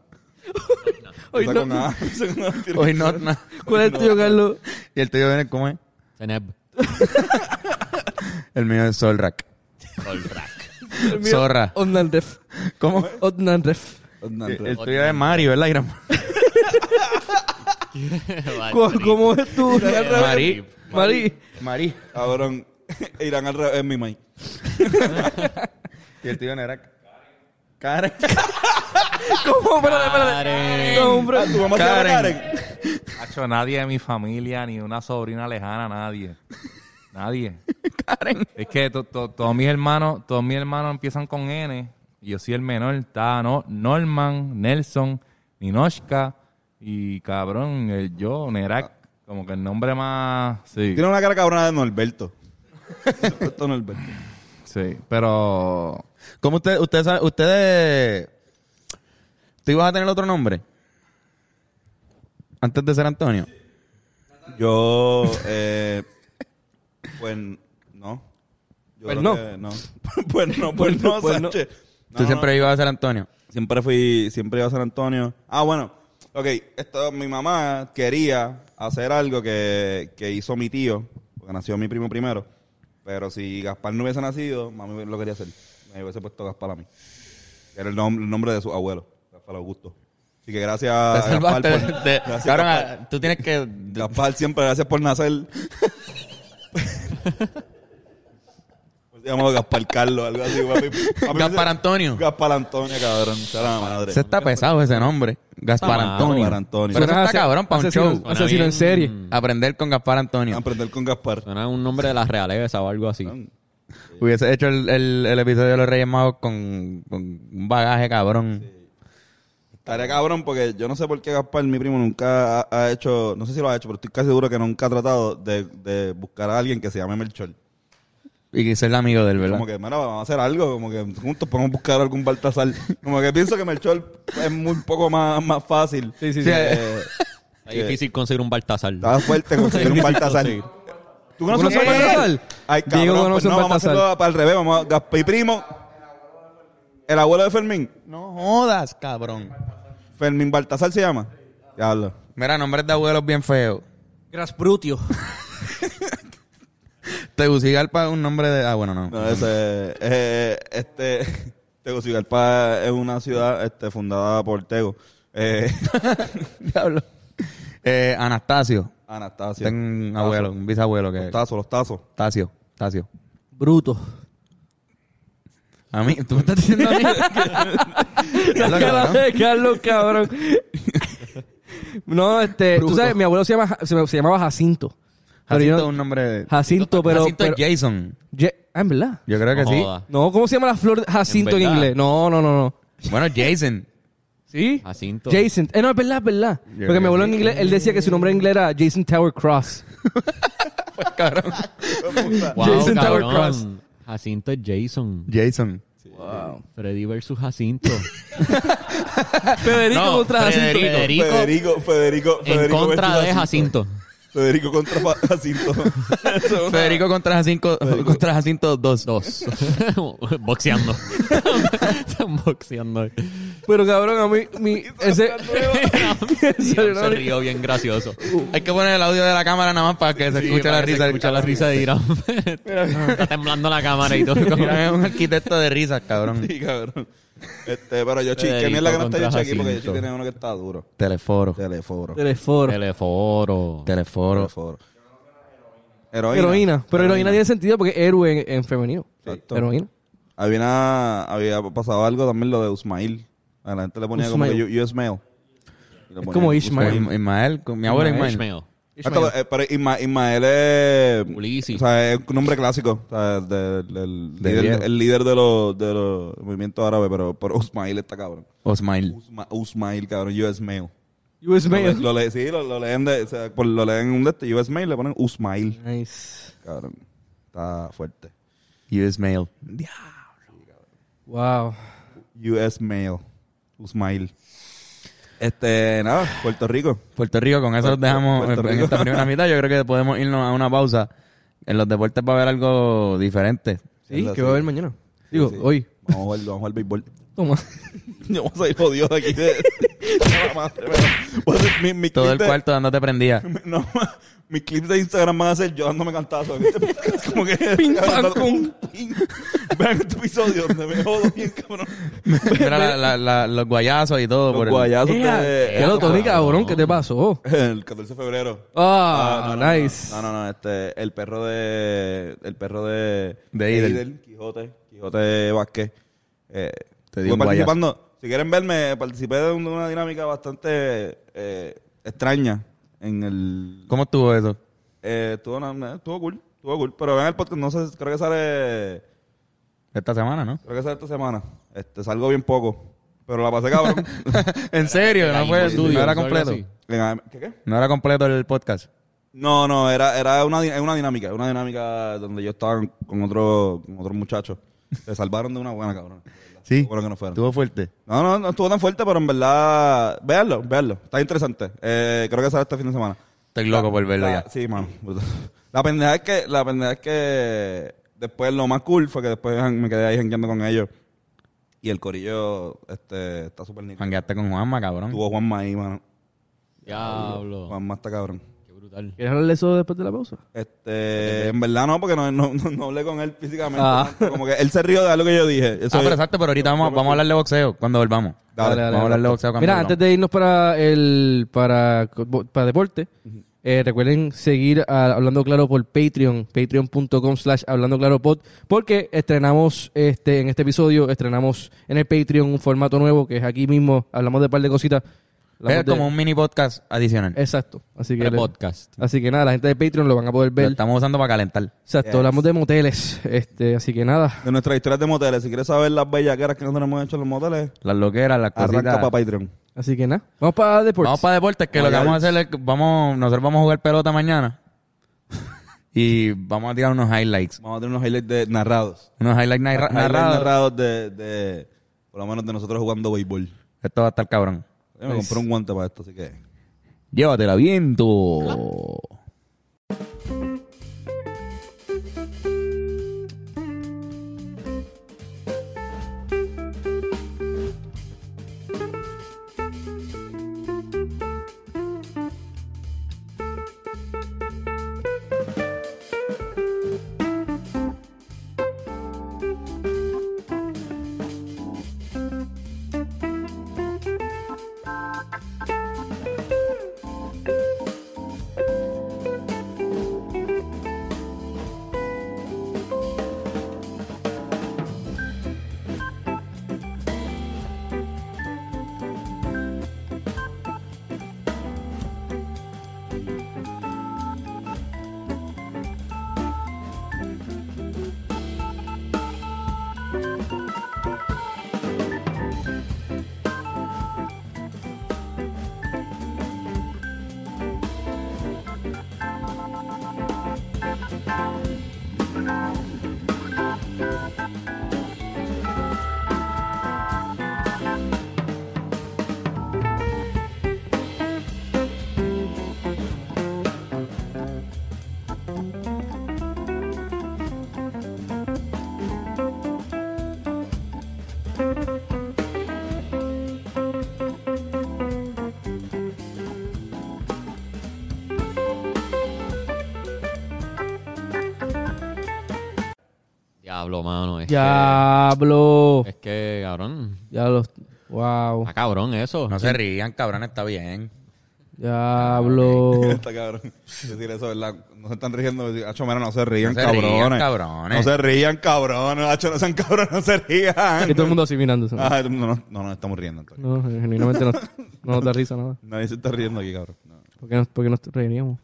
Hoy Empieza no- con A, empieza con A, tiene Hoy que no, ser. no. ¿Cuál es el tuyo, Carlos? Y el tuyo viene como es. Ceneb. El mío es Solrak. Zorra. Odnandref. ¿Cómo? Odnandref. No, Eh, El el entonces- tuyo es Mari, ¿verdad? Irán? ¿Cómo, cómo es tu Mari. Mari? Mari. Cabrón, irán al revés, mi mic. Y el tuyo no era... Karen. ¿Cómo? Espérate, espérate. No, hombre. Ah, tu mamá se llama Karen. Karen. Hacho, nadie de mi familia, ni una sobrina lejana, nadie. Nadie. Karen. Es que to- to- todos mis hermanos, todos mis hermanos empiezan con N. Y yo soy el menor. Está no, Norman, Nelson, Ninoshka y cabrón, el yo, Nerak. Como que el nombre más. Sí. Tiene una cara cabrona de Norberto. Esto es Norberto. Sí. Pero. ¿Cómo usted- ustedes... saben- Ustedes... ¿Tú ibas a tener otro nombre? Antes de ser Antonio. Yo, eh, pues no. Yo Pues creo no. que pues no, pues no, pues no. Sánchez. No, Tú no. siempre ibas a ser Antonio. Siempre fui, siempre iba a San Antonio. Ah, bueno. Ok, esto, mi mamá quería hacer algo que, que hizo mi tío, porque nació mi primo primero. Pero si Gaspar no hubiese nacido, mami lo quería hacer. Me hubiese puesto Gaspar a mí. Era el, nom- el nombre de su abuelo, Rafael Augusto. Así que gracias a Te Ah, Gaspar salvaste por- de- gracias, cabrón, Gaspar. a- tú tienes que... Gaspar, siempre gracias por nacer. Se llamaba Gaspar Carlos, algo así, papi. Papi, Gaspar me- Antonio. Gaspar Antonio, cabrón. Sea la madre. Ese está pesado ese nombre. Gaspar Está malo, Antonio. Gaspar Antonio. Pero eso Suena está ase- cabrón para un asesino- show. Mm. Suena asesino en bien. serie. Mm. Aprender con Gaspar Van a Antonio. aprender con Gaspar. Suena un nombre de la realeza o algo así. Hubiese hecho el, el- el episodio de los Reyes Magos con, con un bagaje cabrón. Estaría cabrón porque yo no sé por qué Gaspar, mi primo, nunca ha, ha hecho, no sé si lo ha hecho, pero estoy casi seguro que nunca ha tratado de, de buscar a alguien que se llame Melchor. Y que es el amigo del verdad. Como que, mira, vamos a hacer algo, como que juntos podemos buscar algún Baltasar. Como que pienso que Melchor es muy poco más, más fácil. Sí, sí, Sí, sí. Eh, Es difícil conseguir un Baltasar. Estaba fuerte conseguir un Baltasar. ¿Tú conoces un Baltasar? Ay, cabrón, Diego pues conoce no, un vamos a Baltasar. hacerlo para el revés. Vamos a Gaspi y primo. El abuelo de Fermín. No jodas, cabrón. Fermín Baltasar se llama. Diablo. Mira, nombres de abuelos bien feos. Grasprutio. Tegucigalpa es un nombre de... Ah, bueno, no. No, ese, eh, este, Tegucigalpa es una ciudad este, fundada por Tego. Eh, Diablo. Eh, Anastasio. Anastasio. Tengo un abuelo, un bisabuelo que... Los tazos, los tazos. Tasio. Tasio. Bruto. A mí, tú me estás diciendo a mí. Diablo, Cara cabrón. de Carlos, cabrón. no, este, tú sabes, mi abuelo se, llama, se, me- se llamaba Jacinto. Pero Jacinto es yo no- un nombre de... Jacinto, pero... Jacinto es pero- Jason. Ye- ah, en verdad. Yo creo que No sí. joda. No, ¿cómo se llama la flor de Jacinto en, En verdad. inglés? No, no, no, no. Bueno, Jason. ¿Sí? Jacinto. Jason. Eh, no, es verdad, es verdad. Yo Porque mi creo abuelo en inglés, él decía que su nombre en inglés era Jason Tower Cross. Cabrón. Wow, Jason cabrón. Tower Cross. Jacinto es Jason. Jason. Freddy versus Jacinto. Federico No, contra Jacinto. Frederico. Federico, Federico, en Federico contra versus de Jacinto. Federico contra Fa- Jacinto. Federico contra Jacinto, contra Jacinto 2. Dos. Boxeando. Están boxeando. Pero cabrón, a mí, mi, ese... Se rió bien gracioso. Hay que poner el audio de la cámara nada más para que se Sí, escuche para la que se risa. del escuche la risa de Irán. Está temblando la cámara y todo. Mira, es un arquitecto de risas, cabrón. Sí, cabrón. Este, pero yo chiqué, Federico que mierda que no está contra Yoshi aquí porque Yoshi Jacinto. tiene uno que está duro. Teleforo. Teleforo. Teleforo. Teleforo. Teleforo. Teleforo. Heroína. Heroína. Pero heroína tiene sentido porque héroe en, en femenino. Exacto. Heroína. Había, una- había pasado algo también lo de Usmail. A la gente le ponía como Usmail. que "You- you Ismail. Y le Es ponían como Ismael. Ismael. Ismael, con mi abuelo Ismael. Ishmael. Ah, todo, eh, pero Isma- Ismael es. Ulises. O sea, es un nombre clásico. O sea, es de- del- De líder, viejo. el líder de los de los movimientos árabes, pero, pero Usmail está cabrón. Osmail. Usma, Usmail, cabrón, US Mail. US Lo, le- Mail. lo le- sí, lo, lo leen de, o sea, por- lo leen un de este US Mail, le ponen Usmail. Nice. Cabrón, está fuerte. Ismail. Wow. US Mail. Usmail. Este, nada, Puerto Rico. Puerto Rico, con eso los dejamos Puerto en Rico. esta primera mitad. Yo creo que podemos irnos a una pausa. En los deportes va a haber algo diferente. Sí, Es que va a haber así. mañana. Digo, Sí, sí. hoy. Vamos a jugar, vamos a jugar béisbol. Toma. Vamos a ir jodidos de aquí. De, la madre, pero- Voy a hacer mi- mi Todo el clip de- cuarto dándote prendida. No, mis clips de Instagram van a ser yo dándome cantazo. en este podcast, como que. Ping, pam, pum. Ping. Vean este episodio donde me jodo bien, cabrón. Mira la- la- la- los guayazos y todo. por Pues Los el- guayazos de. Ya lo Tony, cabrón, ¿qué te pasó? El 14 de febrero. Ah, no, no, nice. No, no, no, este. El perro de. El perro de. De Idel. Quijote. Quijote Vázquez. Eh, Te fue dio un guayazo. participando. Si quieren verme, participé de un- de una dinámica bastante eh, extraña en el. ¿Cómo estuvo eso? Eh, estuvo, na- na- estuvo cool, estuvo cool. Pero vean el podcast, no sé, creo que sale, Esta semana, ¿no? creo que sale esta semana. Este, salgo bien poco. Pero la pasé cabrón. ¿En serio? ¿No, fue, Estudio, no era algo completo? así. Venga, ¿Qué qué? No era completo el podcast. No, no, era, era una, di- una dinámica, una dinámica donde yo estaba con- con otro, con otro muchacho. Se salvaron de una buena, cabrón. Sí. Bueno que no fueron. Estuvo fuerte. No, no, no estuvo tan fuerte, pero en verdad, veanlo, veanlo. Está interesante. Eh, creo que sale este fin de semana. Estoy loco por verlo La- ya. Sí, mano. La pendeja es que, la pendeja es que después lo más cool fue que después jan- me quedé ahí jangueando con ellos. Y el corillo este, está súper nítido. Jangueaste con Juanma, cabrón. Tuvo Juanma ahí, mano. Diablo. Juanma está cabrón. Qué Brutal. ¿Quieres hablar de eso después de la pausa? Este, en verdad no, porque no, no, no- no hablé con él físicamente. Como que él se rió de algo que yo dije. Eso Ah, pero yo- exacto, pero ahorita vamos, vamos a hablar de boxeo cuando volvamos. Dale, vamos a hablar de boxeo cuando Mira, volvamos. antes de irnos para el para, para deporte, eh, recuerden seguir a Hablando Claro por Patreon, patreon.com slash Hablando Claro Pod, porque estrenamos este en este episodio, estrenamos en el Patreon un formato nuevo que es aquí mismo, hablamos de un par de cositas. Pero hablamos es de- como un mini podcast adicional. Exacto. Así que, Pre- podcast. así que nada, la gente de Patreon lo van a poder Lo ver. estamos usando para calentar. Exacto, Yes. hablamos de moteles. este Así que nada, De nuestras historias de moteles. Si quieres saber las bellaqueras que nosotros hemos hecho en los moteles, Las loqueras, las arranca cositas. para Patreon. así que nada. Vamos para deportes. Vamos para deportes, que Vamos lo que allá. vamos a hacer es que vamos, nosotros vamos a jugar pelota mañana. y vamos a tirar unos highlights. Vamos a tener unos highlights de narrados. Unos highlights narra- Highlights narrados. narrados de, de, por lo menos de nosotros jugando béisbol. Esto va a estar cabrón. Yo me compré un guante para esto, así que... Llévatela viento. Diablo, mano. Es Diablo. Que, es que, cabrón. Diablo. Wow. Está Ah, cabrón eso. No se rían, cabrón, está bien. Diablo. Está cabrón. Decir eso, ¿verdad? No se están riendo. decir, Acho, mira, no se rían, No se cabrones. rían, cabrones. No se rían, cabrones. Acho, no sean cabrones, no se Y rían. todo el mundo así mirándose. ¿no? Ajá, no, no, no, no, estamos riendo. Antonio. No, genuinamente no, no nos da risa nada. Nadie se está riendo aquí, cabrón. No. ¿Por qué, nos, por qué nos reiríamos?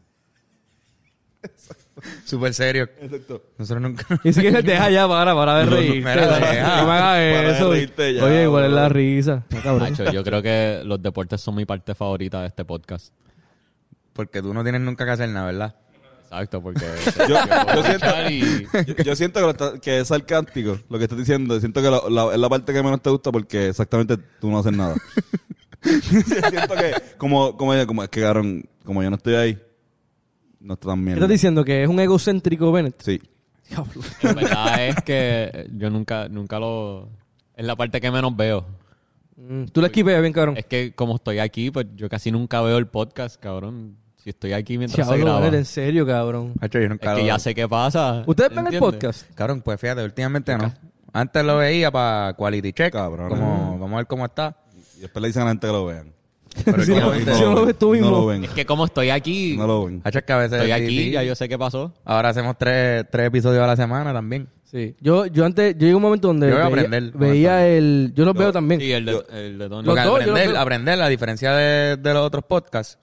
Súper serio. Exacto. Nosotros nunca. Y si quieres, deja ya para, para de No, no, reír. mira, deja. no me Para de hagas eso. reírte ya, Oye, ¿cuál es la bro. risa? No, cabrón. Nacho, yo creo que los deportes son mi parte favorita de este podcast. Porque tú no tienes nunca que hacer nada, ¿verdad? Exacto, porque... Yo, yo siento, y... yo, yo siento que, lo está- que es sarcástico lo que estás diciendo. Siento que lo- la- es la parte que menos te gusta porque exactamente tú no haces nada. siento que, como, como, como es que, cabrón, como yo no estoy ahí, no está tan ¿Qué bien. estás diciendo? ¿Que es un egocéntrico Bennett? Sí. Diablo. La verdad es que yo nunca, nunca lo... Es la parte que menos veo. Mm, Tú la esquipeas bien, cabrón. Es que como estoy aquí, pues yo casi nunca veo el podcast, cabrón. Si estoy aquí mientras se Diablo, graba. Bennett, en serio, cabrón. Hacho, yo nunca Es que lo- ya sé qué pasa. ¿Ustedes ven el ¿entiendes? podcast? Cabrón, pues fíjate, últimamente no. Antes lo veía para quality check. Cabrón. Como, vamos a ver cómo está. Y después le dicen a la gente que lo vean. Pero Si es que no- lo- si no lo ves tú mismo. No lo ven. Es que como estoy aquí, No lo ven. Hacho, es que a veces. estoy sí, aquí, sí. ya yo sé qué pasó. Ahora hacemos tres, tres episodios a la semana también. Sí. Yo, yo antes, yo llegué a un momento donde Yo voy a veía, aprender, veía honestamente. el... Yo los veo también. Sí, el de, Yo- el de Tony. Los Porque dos, yo los aprender, veo. aprender, la diferencia de, de los otros podcasts,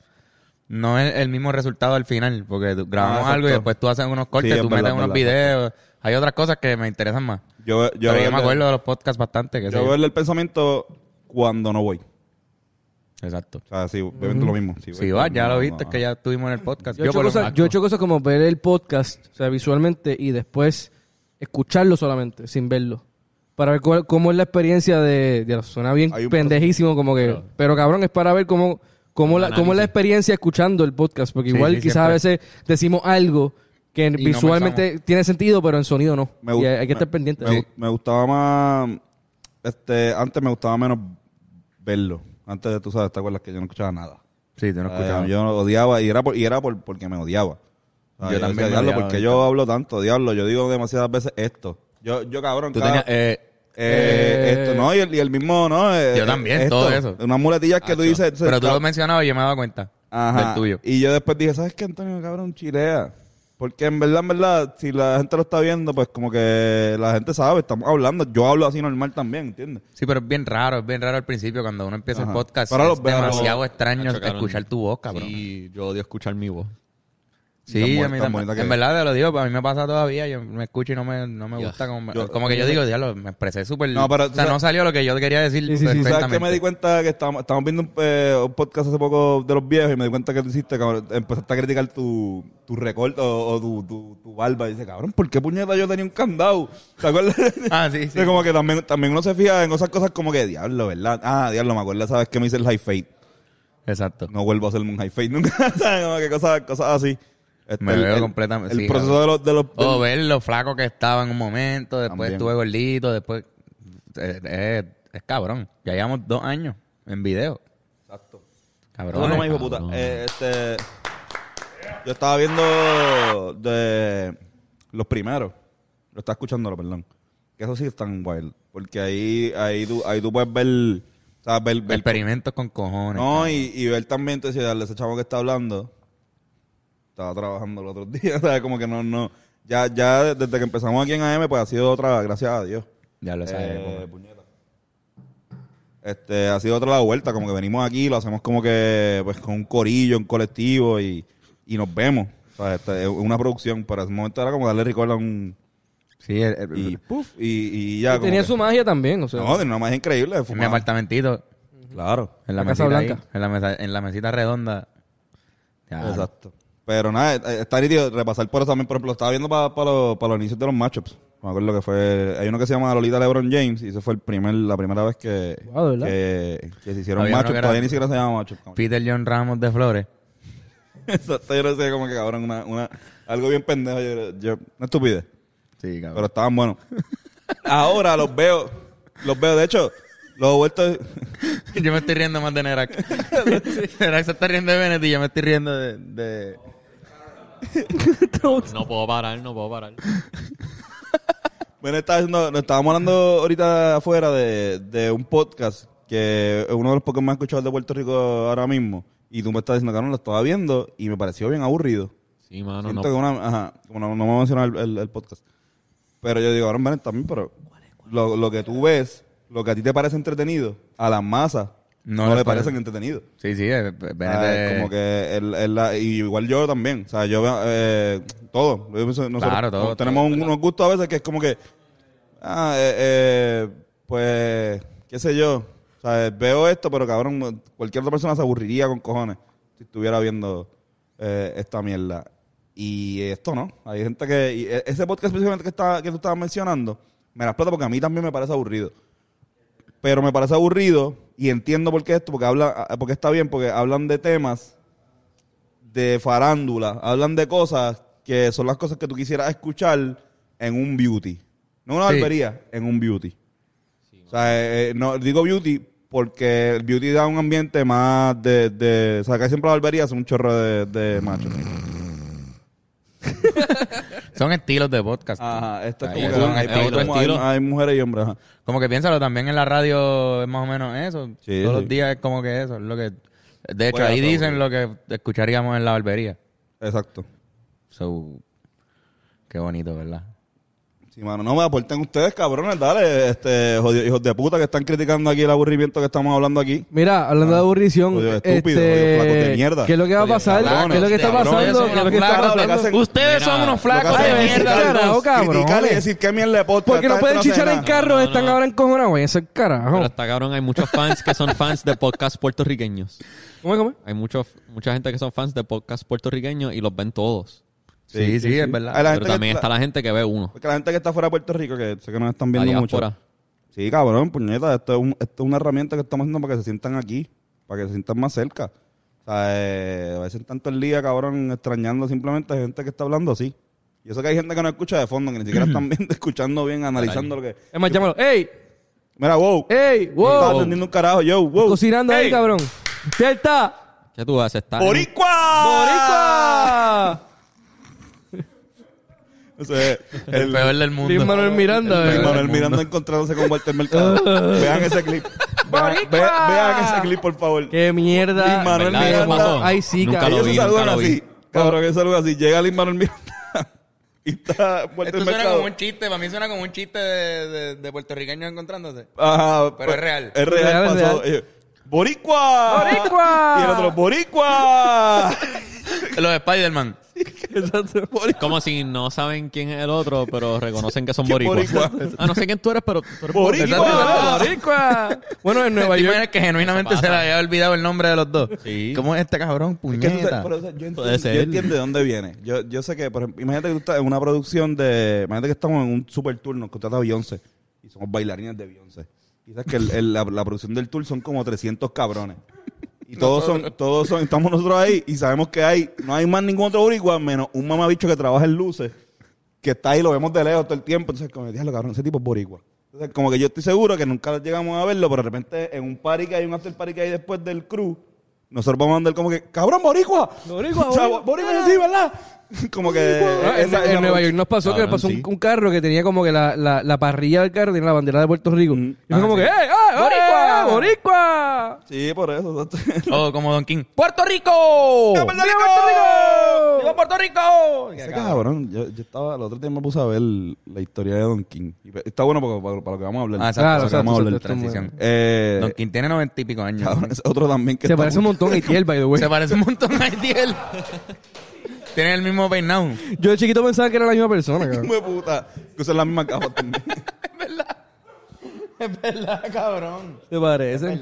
no es el mismo resultado al final. Porque tú- grabamos Ah, algo y exacto. después tú haces unos cortes, Sí, es tú verdad, metes es verdad, unos videos. Hay otras cosas que me interesan más. Yo, yo, Pero yo me verle- acuerdo de los podcasts bastante. Que yo sé yo. verle el pensamiento cuando no voy. Exacto. O sea, sí, obviamente lo mismo. Sí, Si vas, ya no, lo no, viste, no. que ya estuvimos en el podcast. Yo, he hecho por lo cosas, menos- yo he hecho cosas como ver el podcast, o sea, visualmente, y después escucharlo solamente, sin verlo. Para ver cuál- cómo es la experiencia de... de suena bien Hay un pendejísimo, como que... Pero, cabrón, es para ver cómo, cómo, la, cómo es la análisis. experiencia escuchando el podcast. Porque Sí, igual sí, quizás a veces decimos algo que no visualmente tiene sentido, pero en sonido no. Me y gu- hay, hay que me- estar pendiente. Me, gu- me gustaba más. Este, antes me gustaba menos verlo. Antes de, tú sabes, te acuerdas que yo no escuchaba nada. Sí, tú no Ah, escuchabas. yo odiaba y era, por- y era por, porque me odiaba. Ah, Yo también me diablo, odiaba, porque yo yo hablo tanto, diablo, yo digo demasiadas veces esto. Yo, yo cabrón, Tú cada- tenías... eh, eh, eh, esto, no, y el, y el mismo, no. eh, Yo también, esto. todo eso. Unas muletillas que tú Acho. dices. Pero tú ca- lo mencionabas y yo me daba cuenta. Ajá. Del tuyo. Y yo después dije, ¿sabes qué, Antonio? Cabrón, chilea. Porque en verdad, en verdad, si la gente lo está viendo, pues como que la gente sabe, estamos hablando. Yo hablo así normal también, ¿entiendes? Sí, pero es bien raro, es bien raro al principio cuando uno empieza Ajá. el podcast. Pero los es veo- demasiado extraño Hacho, cabrón. escuchar tu voz, cabrón. Sí, Sí, yo odio escuchar mi voz. Tan a bonita- mí tan también. bonita que En es. verdad te lo digo, a mí me pasa todavía. Yo me escucho y no me, no me Dios. gusta. Como, me- Yo- eh, como que yo digo, diablo, me expresé súper. No, pero o tú sea, no sabes- salió lo que yo quería decir. Sí, sí, ¿Sabes que me sí. di perfectamente. cuenta que estábamos, estábamos viendo un, eh, un podcast hace poco de los viejos y me di cuenta que tú hiciste, cabrón, empezaste a criticar tu, tu recorte o, o tu, tu, tu barba. Y dice, cabrón, ¿por qué puñeta yo tenía un candado? ¿Te acuerdas? Ah, sí, sí. Sí, como que también, también uno se fija en esas cosas como que, diablo, ¿verdad? Ah, diablo, me acuerdo, ¿sabes que me hice el high fade? Exacto. No vuelvo a hacerme un high fade nunca. ¿sabes? como que cosas, cosas así. Este, Me veo el, completamente- El sí, Oh, proceso de los... De los O ver lo flaco que estaba en un momento, después También. estuve gordito, después. eh, eh, es cabrón. Ya llevamos dos años en video. Exacto. Cabrón. No, no, me dijo puta. Eh, este, yo estaba viendo de los primeros. Lo está escuchándolo, perdón. Que eso sí es tan wild. Porque ahí, ahí, tú, ahí tú puedes ver. O sea, ver, ver- Experimentos con cojones. no, y, y ver también, entonces, dale, ese chavo que está hablando. Estaba trabajando los otros días. ¿sabes? Como que no, no. Ya, ya desde que empezamos aquí en AM, pues ha sido otra, gracias a Dios. Ya lo sabes. Eh, como- puñeta. Este, ha sido otra la vuelta, como que venimos aquí, lo hacemos como que pues con un corillo, un colectivo y, y nos vemos. O sea, esta es una producción, para ese momento era como darle record a un... Sí, eh, el- el- Y, el- puff, y, y ya... como Tenía que- su magia también, o sea. No, de una magia increíble. en mi fumaba. apartamentito. Claro. En la, La Casa mesita Blanca. ahí, en, la mesa- en la mesita redonda. Ya, Exacto. Pero nada, eh, está nítido repasar por eso también. Por ejemplo, estaba viendo para los, para los inicios de los matchups. Me acuerdo que fue. Hay uno que se llama Lolita LeBron James y ese fue el primer, la primera vez que, Wow, ¿verdad? que, que se hicieron Había uno matchups. que era- Todavía ni siquiera se llama matchups. cabrón. Peter John Ramos de Flores. Exacto, yo no sé, como que cabrón, una, una, algo bien pendejo. Yo, yo- una estupidez. Sí, cabrón. Pero estaban buenos. Ahora los veo. Los veo, de hecho, los he vuelto. Yo me estoy riendo más de Nerak. Nerak se está riendo de Benet y yo me estoy riendo de... de- No puedo parar, no puedo parar. Bueno, estaba diciendo- nos estábamos hablando ahorita afuera de, de un podcast que es uno de los podcasts más escuchados de Puerto Rico ahora mismo. Y tú me estás diciendo, cabrón, lo estaba viendo y me pareció bien aburrido. Sí, mano, Siento no. que una. Ajá, como no, no me voy a mencionar el, el- el podcast. Pero yo digo, cabrón, ven también, pero lo, lo que tú ves, lo que a ti te parece entretenido, a la masa No no, les le parece. parecen entretenido. Sí, sí, eh, Benet Ah, es- es como que el- el- la- y igual yo también. O sea, yo veo eh, todo. Yo pienso- Nosotros Claro, todo, Tenemos un- unos gustos a veces que es como que. Ah, eh, eh, pues. ¿Qué sé yo? O sea, veo esto, pero cabrón, cualquier otra persona se aburriría con cojones si estuviera viendo eh, esta mierda. Y esto no. Hay gente que. y e- ese podcast específicamente que, está, que tú estabas mencionando, me la explota porque a mí también me parece aburrido pero me parece aburrido y entiendo por qué esto, porque habla, ah, porque está bien, porque hablan de temas de farándula, hablan de cosas que son las cosas que tú quisieras escuchar en un beauty, no una Sí. barbería, en un beauty. o sea, eh, eh, no digo beauty porque el beauty da un ambiente más de, de o sea, que siempre la barbería es un chorro de, de machos. Son estilos de podcast. Ajá, esto es Ahí como que es un- hay, es otro como hay- estilo. hay mujeres y hombres. Ajá. Como que piénsalo, también en la radio es más o menos eso. Sí, Todos sí. los días es como que eso. es lo que De hecho, Bueno, ahí todo, dicen lo que escucharíamos en la barbería. Exacto. So, qué bonito, ¿verdad? Sí, mano, no me aporten ustedes, cabrones, dale, este, jodido- hijos de puta que están criticando aquí el aburrimiento que estamos hablando aquí. Mira, hablando de aburrición, Jodido este, Ah, estúpido, jodido flacos de mierda. ¿qué es lo que va a Jodido pasar? cabrones, ¿Qué es lo que está cabrones, pasando? son ¿Qué es lo unos que está flacos, lo que pasando? hacen- Ustedes Mira, son unos Lo que flacos hacen de es mierda, criticar- carajo, cabrones. Criticar y decir qué mierda de podcast. Porque no esta pueden gente chichar hace en nada. carro, están ahora encojonados, váyanse al Pero carajo. hasta cabrón, hay muchos fans que son fans de podcast puertorriqueños. ¿Cómo es, cómo es? Hay mucho, mucha gente que son fans de podcast puertorriqueños y los ven todos. Sí, sí, es Hay la verdad. Pero gente que- también la- está la gente que ve uno. Porque la gente que está fuera de Puerto Rico, que sé que nos están La viendo mucho. diáspora. Sí, cabrón, puñeta, esto es, un- esto es una herramienta que estamos haciendo para que se sientan aquí, para que se sientan más cerca. O sea, eh, a veces tanto el día, cabrón, extrañando simplemente gente que está hablando así. Y eso que hay gente que no escucha de fondo, que ni siquiera están viendo, escuchando bien, analizando lo que... Es más, llámalo. ¡Ey! Mira, wow. ¡Ey! No estaba Eh, ¡Wow! atendiendo un carajo, yo, wow. Cocinando ahí, Ey. cabrón. ¡Cierta! ¿Qué tú haces? Estás en- ¡Boricua! Ah. ¡Boricua! O sea, el el, peor del Luis mundo. Manuel Miranda. Luis eh. Manuel Miranda encontrándose con Walter Mercado. vean ese clip. Vean, ve- ¡Boricua! vean ese clip, por favor. ¡Qué mierda! Luis Manuel ¿Verdad? Eso Miranda. pasó. Ay, sí, Nunca cabrón. lo Ellos vi, se saludan nunca lo así. vi. Cabrón, que saludan así. Llega Luis Manuel Miranda y está Walter Esto suena Mercado. como un chiste. Para mí suena como un chiste de, de, de puertorriqueños encontrándose. Ajá, pues, Pero es real. Es real, Real, es pasó. real. Eh, ¡Boricua! ¡Boricua! Y el otro, ¡Boricua! Los Spider-Man. Exacto. Como si no saben quién es el otro, pero reconocen que son ¿Qué boricuas. boricua? Ah, no sé quién tú eres, pero tú eres Boricua. Exacto. ¡Boricua! Bueno, en Nueva ¿Te York. imaginas que genuinamente se le había olvidado el nombre de los dos? Sí. ¿Cómo es este cabrón? Es que tú sabes, Puñeta. pero, o sea, yo, entiendo, Puede ser. yo entiendo de dónde viene. Yo, yo sé que, por ejemplo, imagínate que tú estás en una producción de. Imagínate que estamos en un super tour, nos contrata Beyoncé y somos bailarines de Beyoncé. Quizás que el- el- la, la producción del tour son como 300 cabrones. Y todos son, todos son, estamos nosotros ahí y sabemos que hay, no hay más ningún otro boricua menos un mamabicho que trabaja en luces, que está ahí, lo vemos de lejos todo el tiempo. Entonces, como, diablo, cabrón, ese tipo es boricua. Entonces, como que yo estoy seguro que nunca llegamos a verlo, pero de repente en un party que hay, un after party que hay después del crew, nosotros vamos a andar como que, cabrón, boricua. Boricua, O sea, boricua. boricua es así, ¿verdad? Como que... Ah, en, esa- en esa- Nueva York nos pasó que Cabrón, le pasó un, sí. un carro que tenía como que la, la, la parrilla del carro tenía la bandera de Puerto Rico. Y fue Ah, como sí. que, ¡eh! eh, ¡Boricua! eh, ¡Boricua! Sí, por eso. exacto. Oh, como Don King. ¡Puerto Rico! ¡Viva Puerto Rico! ¡Viva Puerto Rico! Ese cabrón, yo, yo estaba, el otro día me puse a ver la historia de Don King. Y Está bueno porque- para, para lo que vamos a hablar. Ah, exacto, Claro, exacto, exacto, vamos a hablar exacto, esto de es transición. Eh, Don King tiene noventa y pico años. cabrón, es otro también que Se está parece un muy- montón a Itiel, by the way. Se parece un montón a Itiel. tiene el mismo peinado. Yo de chiquito pensaba que era la misma persona, cabrón. Hijo de puta. Que usan las mismas gafas también. Pues, Es verdad, cabrón. Se parece.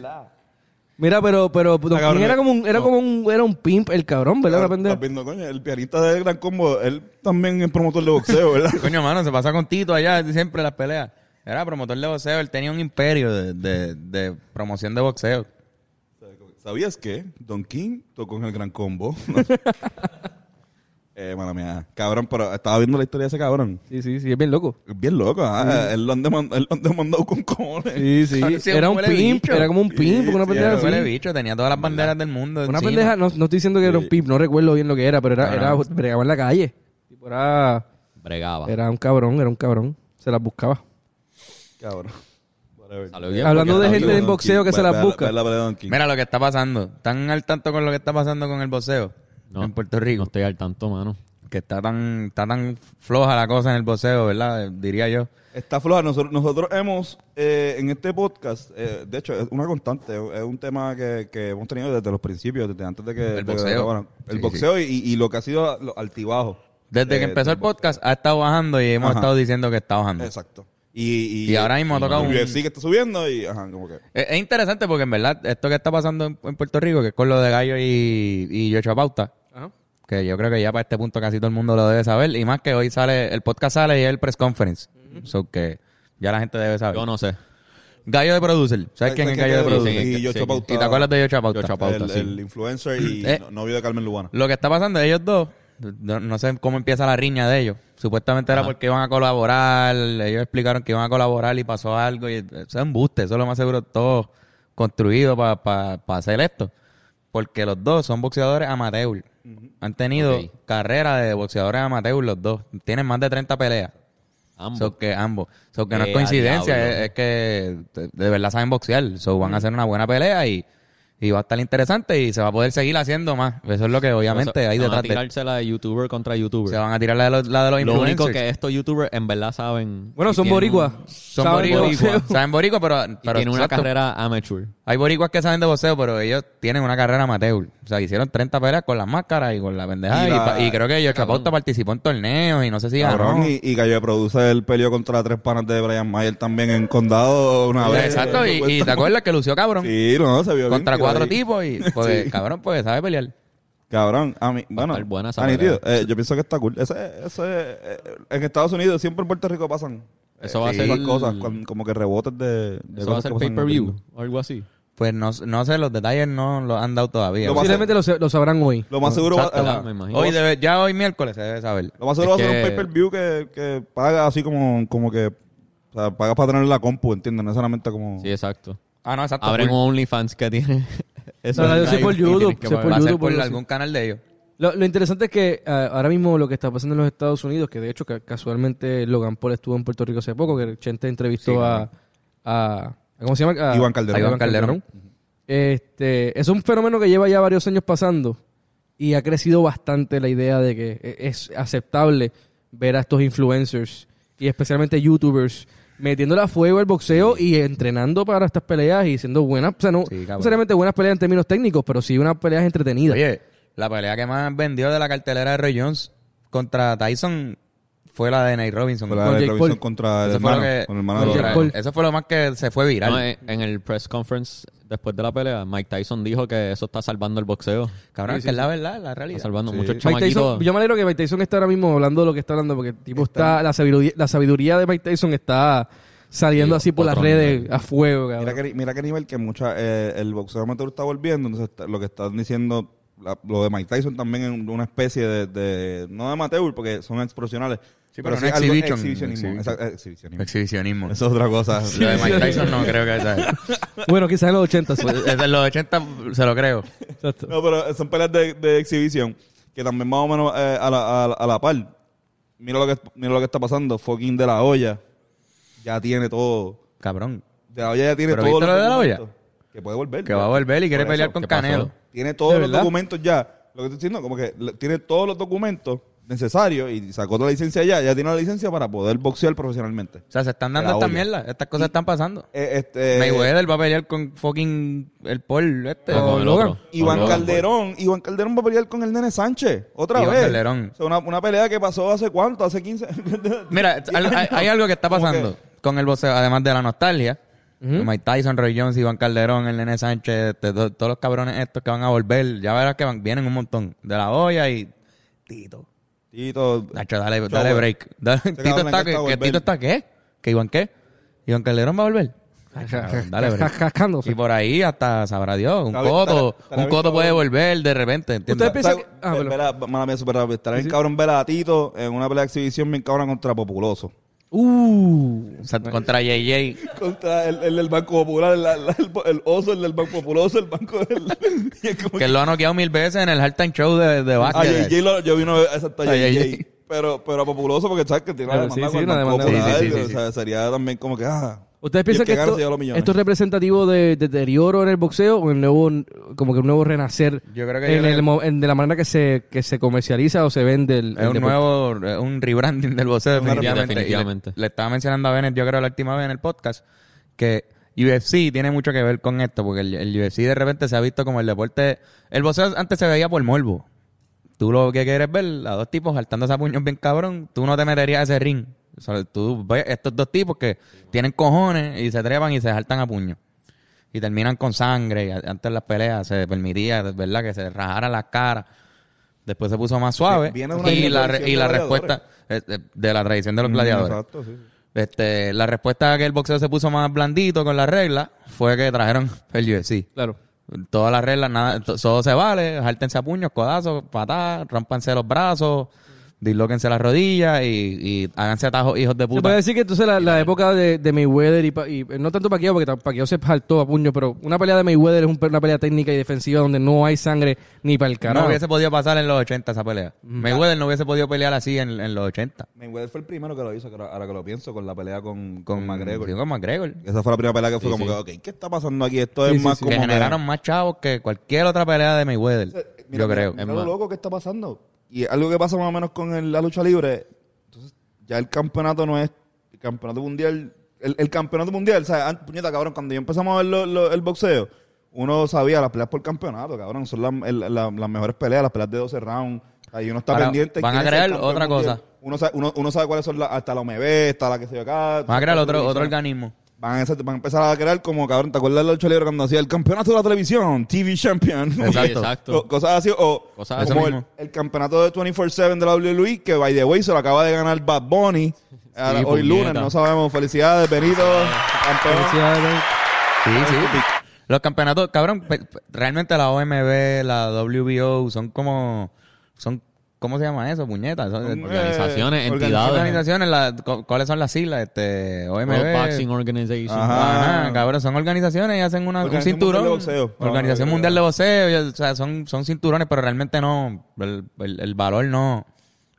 Mira, pero, pero Don cabrón, King era no. como un, era como un, era un pimp el cabrón, ¿verdad? Una pendeja. Estás viendo, coño, el pianista del Gran Combo, él también es promotor de boxeo, ¿verdad? Coño, mano, se pasa con Tito allá siempre las peleas. Era promotor de boxeo, él tenía un imperio de, de- de promoción de boxeo. ¿Sabías que Don King tocó en el Gran Combo? eh, mala mía. Cabrón, pero estaba viendo la historia de ese cabrón. Sí, sí, sí, es bien loco. Es bien loco, ¿ah? Él lo han demandado, él lo han demandado con cojones. Sí, sí. Cabrón, sí, Era un huele pimp, bicho. era como un pimp, una pendeja Pero así. huele bicho, tenía todas las banderas del mundo. Una encima. pendeja, no, no estoy diciendo que era un pimp, no recuerdo bien lo que era, pero era, era bregaba en la calle. Tipo, era, Bregaba. era un cabrón, era un cabrón. Se las buscaba. Cabrón. Whatever. Salió bien Hablando porque de era gente Don vivo. del boxeo King. que Ve- se las ve la- busca. ve la pelea de Don King. Mira lo que está pasando. ¿Están al tanto con lo que está pasando con el boxeo No. en Puerto Rico? No estoy al tanto, mano. Que está tan, está tan floja la cosa en el boxeo, ¿verdad? Diría yo. Está floja. Nosotros, nosotros hemos, eh, en este podcast, eh, de hecho, es una constante, es es un tema que, que hemos tenido desde los principios, desde antes de que... de que- boxeo. bueno, el Sí, boxeo y, y lo que ha sido lo altibajo. Desde que eh, empezó del el podcast ha estado bajando y hemos Ajá. estado diciendo que está bajando. Exacto. Y, Y ahora mismo ha tocado y un- UFC que está subiendo y, ajá, como que... E, Es, es interesante porque en verdad esto que está pasando en, en Puerto Rico, que es con lo de Gallo y, y Yocho Pauta, que yo creo que ya para este punto casi todo el mundo lo debe saber, y más que hoy sale, el podcast sale y es el press conference. So que ya la gente debe saber. Yo no sé. Gallo de Producer. ¿Sabes quién es Gallo de Gallo de Producer? Producer? Y Sí, yo sí. Chapauta. ¿Y te acuerdas de Yocho Pauta? Yocho Pauta, el, sí. el influencer y Eh. no- novio de Carmen Lubana. Lo que está pasando, ellos dos, no, no sé cómo empieza la riña de ellos. Supuestamente era porque iban a colaborar, ellos explicaron que iban a colaborar y pasó algo. Y, eso es embuste, eso es lo más seguro todo construido para hacer esto. Porque los dos son boxeadores amateur. Han tenido Ok. carrera de boxeadores amateur los dos. Tienen más de 30 peleas. Ambos. So que ambos. So que no es Eh, coincidencia, a es, diablo. es que de de verdad saben boxear. So van a hacer una buena pelea y, y va a estar interesante y se va a poder seguir haciendo más. Eso es lo que obviamente Eso- hay van detrás a de tirarse la de youtuber contra Se youtuber. van a tirar la de los, la de los Lo influencers. único que estos youtubers en verdad saben. Bueno, y son tienen- boricuas. son Saben de boricuas. boxeo. Saben boricua, pero, Y pero tienen una exacto. carrera amateur. Hay boricuas que saben de boxeo, pero ellos tienen una carrera amateur. O sea, hicieron 30 peleas con las máscaras y con la pendeja. Y Y, la- pa- y creo que ellos Chapota participó en torneos y no sé si ganó. Cabrón, y, y Gallo de Produce el peleó contra tres panas de Brian Mayer también en Condado una vez. Exacto, y, y te Supuestamente. acuerdas que lució cabrón. Sí, no, se vio bien, contra tío, cuatro ahí. tipos y pues, cabrón, pues sabe pelear. Cabrón, a mí, a bueno, estar buena esa a mí, pelea. tío, eh, yo pienso que está cool. Ese, ese, eh, en Estados Unidos, siempre en Puerto Rico pasan eh, Eso va a esas ser- cosas, cuan- como que rebotes de, de Eso va cosas a ser que pasan en el pay-per-view mundo. o algo así. Pues no, no sé, los detalles no los han dado todavía. Lo más- Posiblemente lo, se- lo sabrán hoy. Lo más seguro, va- Exacto, ajá. me imagino. hoy debe- ya hoy miércoles se debe saber. Lo más seguro Es va a ser un que- pay-per-view que, que paga así como, como que... O sea, paga para tener la compu, ¿entiendes? No solamente como... Sí, exacto. Ah, no, exacto. Abren full. un OnlyFans que tiene No, no, yo sé por YouTube, sé por Va a ser YouTube, por por lo- algún canal de ellos. Lo, lo interesante es que ah, ahora mismo lo que está pasando en los Estados Unidos, que de hecho ca- casualmente Logan Paul estuvo en Puerto Rico hace poco, que Chente entrevistó Sí, a, a- ¿Cómo se llama? A- Iván Calderón. a Iván Calderón. Este, es un fenómeno que lleva ya varios años pasando y ha crecido bastante la idea de que e- es aceptable ver a estos influencers y especialmente youtubers metiéndole a fuego el boxeo y entrenando para estas peleas y siendo buenas, o sea, no Sí, cabrón. no necesariamente buenas peleas en términos técnicos, pero sí unas peleas entretenidas. Oye, la pelea que más vendió de la cartelera de Roy Jones contra Tyson fue la de Nate Robinson. Con la de Jake televisión Paul. contra el Eso fue, hermano. lo que, Con el hermano de Con Logan. Jake Paul. eso fue lo más que se fue viral. No, eh, en el press conference después de la pelea, Mike Tyson dijo que eso está salvando el boxeo. Cabrón, es que es la verdad, la realidad. Está salvando Sí. muchos Mike Tyson, chamaquitos. yo me alegro que Mike Tyson está ahora mismo hablando de lo que está hablando, porque tipo está, la sabiduría, la sabiduría de Mike Tyson está saliendo Sí, así por las otro redes nivel. a fuego, cabrón. Mira que, mira que nivel que mucha, eh, el boxeo amateur está volviendo. Entonces, está- lo que están diciendo, la- lo de Mike Tyson también es un- una especie de, de- No de amateur, porque son ex profesionales. Sí, pero no algo- exhibition. exhibicionismo. Exhibition. Exacto, exhibicionismo. Exhibicionismo. Eso es otra cosa. Lo de Mike Tyson no creo que sea. Bueno, quizás en los 80. sí. Pues, Desde los 80 se lo creo. Exacto. No, pero son peleas de, de exhibición que también más o menos eh, a, la, a, la- a la par. Mira lo, que, mira lo que está pasando. Fucking de la olla ya tiene todo. Cabrón. De la olla ya tiene ¿Pero todo. viste lo de La Hoya? Que puede volver. Que va a volver y quiere Por pelear eso, con ¿qué Canelo. pasó? Tiene todos los verdad? documentos ya. Lo que estoy diciendo, como que le- tiene todos los documentos necesarios y sacó la licencia ya. Ya tiene la licencia para poder boxear profesionalmente. O sea, se están La dando estas olla. mierdas. Estas cosas están pasando. Eh, este, Mayweather va a pelear con fucking el Paul este. Ah, con el Logan. otro. Iván Con Logan, Calderón, Iván Calderón va a pelear con el nene Sánchez, otra Iván vez. Calderón. O sea, una, una pelea que pasó hace cuánto, hace 15. Mira, al- hay, hay algo que está Como pasando con el boxeo, además de la nostalgia. Ujú. Mike Tyson, Roy Jones, Iván Calderón, el Nene Sánchez, este, to- todos los cabrones estos que van a volver. Ya verás que van, vienen un montón. De la olla y Tito. Tito, Nacho, dale, Chau, güey. dale break. Dale- Tito, cabrón que está, que, está que volver. Tito está qué? ¿Que Iván qué? ¿Iván Calderón va a volver? Ay, cabrón, Ah, Dale break. Y Cascándose. por ahí hasta sabrá Dios. Un Está bien, coto. está bien, está Un bien, coto cabrón. puede volver de repente. ¿entiendes? Ustedes piensan ¿sabes? que- ah, Eh, perdón. verá, mala mía, super rápido. Estará bien cabrón ver a Tito en una pelea de exhibición bien cabrón contra Populoso. Uh. O sea, contra JJ. Contra el, el del Banco Popular, el, el- el oso, el del Banco Populoso, el banco del... y es como Que lo ha noqueado mil veces en el halftime show de, de A básquet. JJ lo- yo vi una vez exacto, a A JJ. JJ. Pero, pero a Populoso, porque sabes que tiene una Claro, demanda sí, sí, con una el Banco demanda. Popular, Sí, sí, sí, o sea, sería también como que, ah... ¿Ustedes y el piensan que gana esto, se lleva los millones. esto es representativo de deterioro en el boxeo o el nuevo, como que un nuevo renacer Yo creo que yo en creo el que- mo- en- de la manera que se, que se comercializa o se vende el, Es el un deporte? nuevo, eh, un rebranding del boxeo, Una definitivamente. definitivamente. Y Le, le estaba mencionando a Bennett, yo creo, la última vez en el podcast, que UFC tiene mucho que ver con esto, porque el, el UFC de repente se ha visto como el deporte. El boxeo antes se veía por morbo. Tú lo que quieres ver, a dos tipos saltándose a puños bien cabrón, tú no te meterías a ese ring. O sea, tú ves estos dos tipos que tienen cojones y se trepan y se saltan a puños. Y terminan con sangre. Y a- antes las peleas se permitía, ¿verdad? Que se rajara la cara. Después se puso más suave. Viene de una Y la, re- tradición y de la gladiadores. respuesta eh, eh, de la tradición de los Mm, gladiadores. Exacto, sí. sí. Este, la respuesta a que el boxeo se puso más blandito con las reglas fue que trajeron el UFC. Claro. Todas las reglas, nada, to- todo se vale, jártense a puños, codazos, patadas, rompanse los brazos, dislóquense las rodillas y, y háganse atajos hijos de Se puede puta. decir que entonces la, la época de, de Mayweather y, Pa- y, eh, no tanto Pacquiao, porque ta- Pacquiao se saltó a puño, pero una pelea de Mayweather es un pe- una pelea técnica y defensiva donde no hay sangre ni para el No carajo. hubiese podido pasar en los 80 esa pelea. Mm. Mayweather no hubiese podido pelear así en, en los 80. Mayweather fue el primero que lo hizo, que ahora ahora que lo pienso, con la pelea con, con Con McGregor. Mm, sí, con McGregor. Esa fue la primera pelea que fue como que, ok, ¿qué está pasando aquí? Esto Sí, es sí, más sí. como Que que- generaron más chavos que cualquier otra pelea de Mayweather. Eh, mira, yo mira, creo. mira Es lo más. loco que está pasando. Y algo que pasa más o menos con el- la lucha libre. Entonces, ya el campeonato no es. El campeonato mundial. El, el campeonato mundial, o sea, an- puñeta, cabrón, cuando yo empezamos a ver lo- lo- el boxeo, uno sabía las peleas por campeonato, cabrón. Son la- el- la- las mejores peleas, las peleas de 12 rounds. Ahí uno está Ahora, pendiente. van quién a es el crear campeón otra mundial. cosa. Uno sabe, uno, uno sabe cuáles son las. Hasta la OMB, está la que se ve acá. Vamos a crear otro, otro Televisiones organismo. van a, van a empezar a crear como, cabrón, ¿te acuerdas del lucha libre cuando hacía el campeonato de la televisión? TV Champion. Exacto. exacto. Co- cosas así, o Cosas como así. el, el campeonato de 24-7 de la WWE, que by the way se lo acaba de ganar Bad Bunny. Ahora, hoy puñeta. lunes, no sabemos. Felicidades, Benito, campeón. Felicidades. Sí, sí. Los campeonatos, cabrón, pe- pe- realmente la OMB, la WBO, son como, son ¿Cómo se llama eso, puñeta? Eso- Un, Organizaciones, eh, entidades. organizaciones, la- cu- ¿cuáles son las siglas? Este, OMB. World Boxing Organization. Ajá. Ajá, cabrón, son organizaciones y hacen una, un Organización cinturón. Mundial de Boxeo. Organización Ah, Mundial de Boxeo. y, o sea, son, son cinturones, pero realmente no. El, el- el valor no.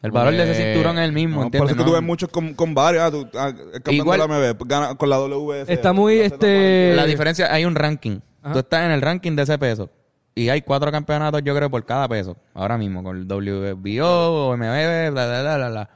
El valor de ese Eh, cinturón es el mismo, No, por ¿entiendes? eso que tú No. ves muchos con, con varios. Ah, tú, ah, el campeón Igual- de la MB, pues, gana con la WS. Está muy, la Z40. este- La Eh, diferencia, hay un ranking. Ajá. Tú estás en el ranking de ese peso. Y hay cuatro campeonatos, yo creo, por cada peso. Ahora mismo, con el WBO, OMB, bla, bla, bla, bla, bla.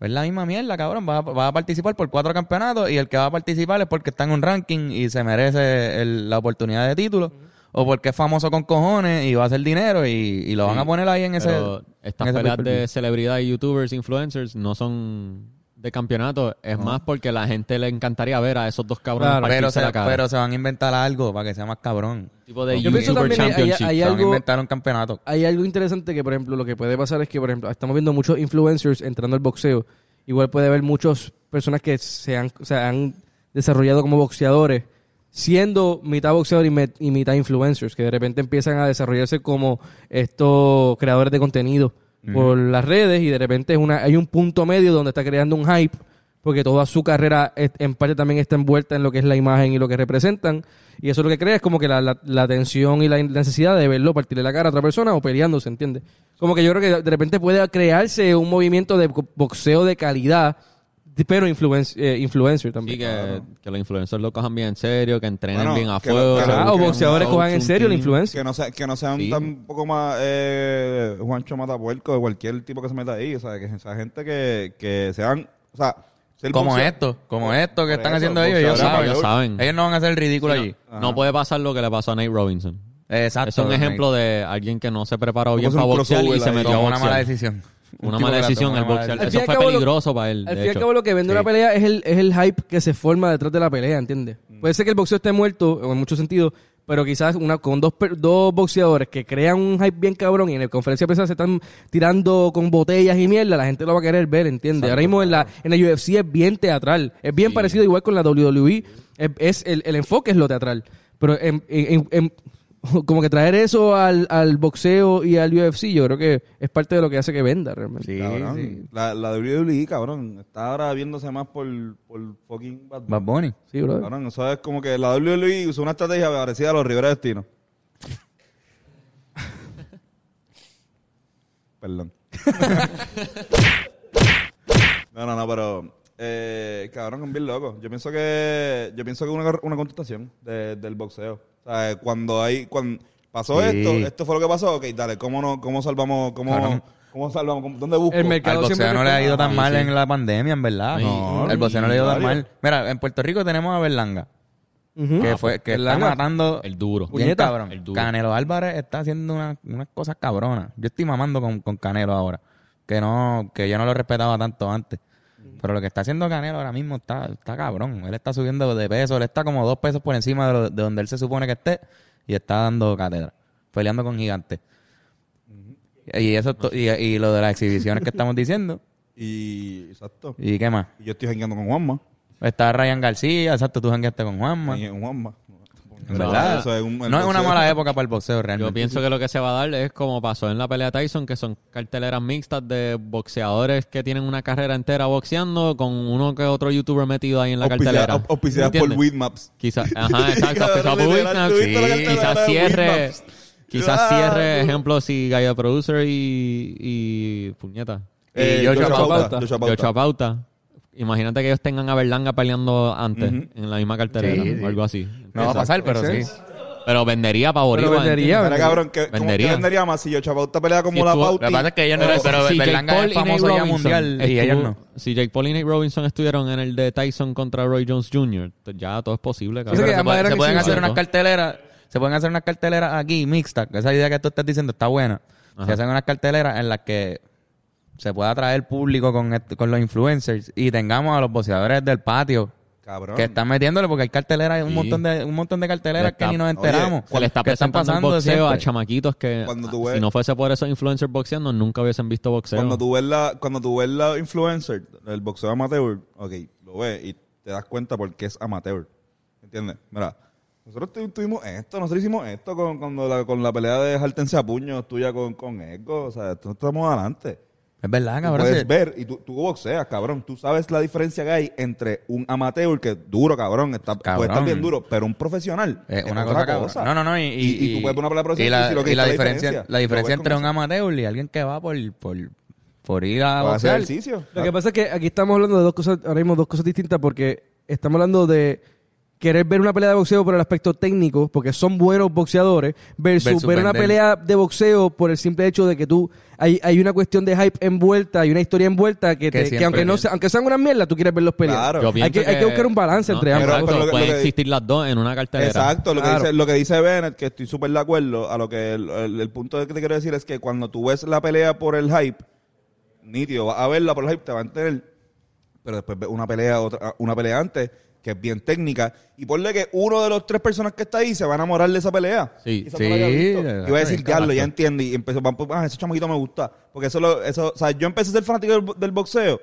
Es la misma mierda, cabrón. Vas a, vas a participar por cuatro campeonatos y el que va a participar es porque está en un ranking y se merece el- la oportunidad de título. O porque es famoso con cojones y va a hacer dinero y, y lo van a poner ahí en ese. Pero estas en ese peleas de pay-per-view. celebridades, youtubers, influencers no son de campeonato. Es más porque la gente le encantaría ver a esos dos cabrones Claro. partirse Pero se, la cara. pero se van a inventar algo para que sea más cabrón. tipo de Yo pienso YouTuber también hay- hay- Championship. hay se van a algo- inventar un campeonato. Hay algo interesante que, por ejemplo, lo que puede pasar es que, por ejemplo, estamos viendo muchos influencers entrando al boxeo. Igual puede haber muchas personas que se han, se han desarrollado como boxeadores, siendo mitad boxeador y, me- y mitad influencers, que de repente empiezan a desarrollarse como estos creadores de contenido por las redes y de repente es una, hay un punto medio donde está creando un hype porque toda su carrera es- en parte también está envuelta en lo que es la imagen y lo que representan. Y eso lo que crea es como que la, la, la tensión y la necesidad de verlo partirle la cara a otra persona o peleándose, ¿entiendes? Como que yo creo que de repente puede crearse un movimiento de co- boxeo de calidad, de- pero influen- eh, influencer Sí, también. que, que los influencers lo cojan bien en serio, que entrenen Bueno, bien a que lo- fuego. que se lo- Ah, claro, o busquen un boxeadores coach, cojan en un serio la team. influencia. Que no, sea, que no sean Sí. tan poco más eh, Juancho Matapuerco de cualquier tipo que se meta ahí. O sea, que sea gente que, que sean. O sea, ser Como boxeo- esto, como esto que por están eso, haciendo ellos, ellos boxeadores, saben. ellos saben. Ellos no van a hacer el ridículo allí. No, no puede pasar lo que le pasó a Nate Robinson. Exacto. es un ejemplo de alguien que no se preparó bien Puso un para boxear y crossover se ahí. metió a Tomó una boxear. mala decisión. Una Un tipo mala que la decisión tomó el una mala boxear. decisión. Al fin y Eso al fue cabo lo- peligroso para él. Al de fin y al hecho. cabo lo que vende una pelea es el, es el hype que se forma detrás de la pelea, ¿entiendes? Mm. Puede ser que el boxeo esté muerto en muchos sentidos, pero quizás una con dos, per- dos boxeadores que crean un hype bien cabrón y en la conferencia de prensa se están tirando con botellas y mierda, la gente lo va a querer ver, ¿entiendes? Ahora mismo en la, en la UFC es bien teatral, es bien parecido igual con la WWE, es, es el, el enfoque es lo teatral, pero en- en- en- como que traer eso al, al boxeo y al UFC yo creo que es parte de lo que hace que venda realmente. Cabrón, La, la WWE, cabrón, está ahora viéndose más por, por fucking Bad Bunny. Bad Bunny. Sí, brother. Cabrón, eso es como que la WWE usó una estrategia parecida a los Rivera Destino. Perdón. no, no, no, pero eh, cabrón, es bien loco. Yo pienso que yo pienso que una, una contestación de- del boxeo. O sea, cuando hay cuando pasó Sí. esto, esto fue lo que pasó, ok, dale, cómo no cómo salvamos cómo, Cabrón. cómo salvamos, cómo- dónde busco? El mercado- Al siempre boxeo no le ha ido responde. tan mal en la pandemia, en verdad. No, el boxeo no le ha ido tan millonario. mal. Mira, en Puerto Rico tenemos a Berlanga, Ujú. que fue que está Berlanga. matando El duro. bien Puñeta. cabrón. El duro. Canelo Álvarez está haciendo una- unas cosas cabronas. Yo estoy mamando con, con Canelo ahora, que no que yo no lo respetaba tanto antes. Pero lo que está haciendo Canelo ahora mismo está, está cabrón. Él está subiendo de peso, él está como dos pesos por encima de, lo- de donde él se supone que esté y está dando cátedra, peleando con gigantes. Y eso to- y, y lo de las exhibiciones que estamos diciendo. Y exacto. ¿Y qué más? Y yo estoy jangueando con Juanma. Está Ryan García, exacto, tú jangueaste con Juanma. Y Juanma. ¿Verdad? Eso es un- el no es una boxeo- mala época para el boxeo Yo realmente. pienso que lo que se va a dar es como pasó en la pelea Tyson, que son carteleras mixtas de boxeadores que tienen una carrera entera boxeando con uno que otro youtuber metido ahí en la Auspicia- cartelera. au- auspiciadas por ¿Entiendes? Weedmaps. Quizás, ajá, exacto, Cabrón, auspiciado por literal, Winamp, tuviste la sí, cartelera quizás de cierre, Winamp. Ah, quizás cierre, duro. ejemplo, si Gaia Producer y, y puñeta. Eh, y Joshua Joshua Pauta, Pauta. Joshua Pauta. Joshua Pauta. Imagínate que ellos tengan a Berlanga peleando antes, Ujú. en la misma cartelera, Sí, sí. o algo así. No va a pasar, pero sí. Pero vendería para Pero Boricua. vendería, ¿entiendes? Mira, cabrón, ¿qué, cómo- Vendería. qué vendería más si yo Pauta pelea como Si la estuvo- pauta? Lo que pasa es que ellos no, pero Jake Berlanga Paul es y Nate famoso ya Robinson mundial y ellos estuvo- no. Si Jake Paul y Nate Robinson estuvieron en el de Tyson contra Roy Jones Jr., t- ya todo es posible. Yo sé Pero que se, ambas puede- eran se pueden hacer exhibidoras, unas ¿no? carteleras, se pueden hacer unas carteleras aquí mixtas. Esa idea que tú estás diciendo está buena. Se hacen unas carteleras en las que se pueda atraer público con, est- con los influencers y tengamos a los boxeadores del patio Cabrón. que están metiéndole porque hay carteleras, un Sí. montón de un montón de carteleras Está- que ni nos Oye, enteramos. Se le está que están presentando el pasando boxeo a siempre. chamaquitos que Cuando tú ah, ves- si no fuese por esos influencers boxeando nunca hubiesen visto boxeo. Cuando tú ves la, cuando tú ves la influencer, el boxeo amateur, ok, lo ves y te das cuenta porque es amateur. ¿Entiendes? Mira, Nosotros tu- tuvimos esto, nosotros hicimos esto con, cuando la, con la pelea de Jaltense a puños tuya con, con Echo. O sea, nosotros estamos adelante. Es verdad, Tú cabrón. puedes sí. ver y tú, tú boxeas, cabrón. Tú sabes la diferencia que hay entre un amateur que es duro, cabrón, está, puede Cabrón. estar bien duro, pero un profesional Eh, es una cosa, cabrón. No, no, no. Y, Y- y tú puedes ver una palabra y profesional y la, si lo que y la está la diferencia, diferencia, la lo diferencia ves entre como un sea. amateur y alguien que va por, por, por ir a Para hacer boxear. ejercicio. Lo que pasa es que aquí estamos hablando de dos cosas, ahora mismo dos cosas distintas, porque estamos hablando de querer ver una pelea de boxeo por el aspecto técnico, porque son buenos boxeadores, versus, Versus ver una vender. pelea de boxeo por el simple hecho de que tú hay, hay una cuestión de hype envuelta, hay una historia envuelta que, Que te- que siempre aunque no es. sea- aunque sean una mierda, tú quieres verlos pelear. Claro. Yo Hay pienso que, hay que buscar un balance no, entre ambos. exacto, Pero lo que- pueden lo que- existir las dos en una cartelera. Exacto, lo, Claro. que dice, lo que dice Bennett, que estoy súper de acuerdo, a lo que el, el- el punto que te quiero decir es que cuando tú ves la pelea por el hype, nítido, vas a verla por el hype, te va a entender, pero después ves una pelea, otra, una pelea antes, que es bien técnica, y ponle que uno de los tres personas que está ahí se va a enamorar de esa pelea. Sí, Quizás sí, no la haya visto. exacto, Y va a decir, bien diablo, ya cabrón". entiendo, y empezó, van, pues, ah, ese chamaquito me gusta, porque eso, lo- eso, o sea, yo empecé a ser fanático del, bo- del boxeo,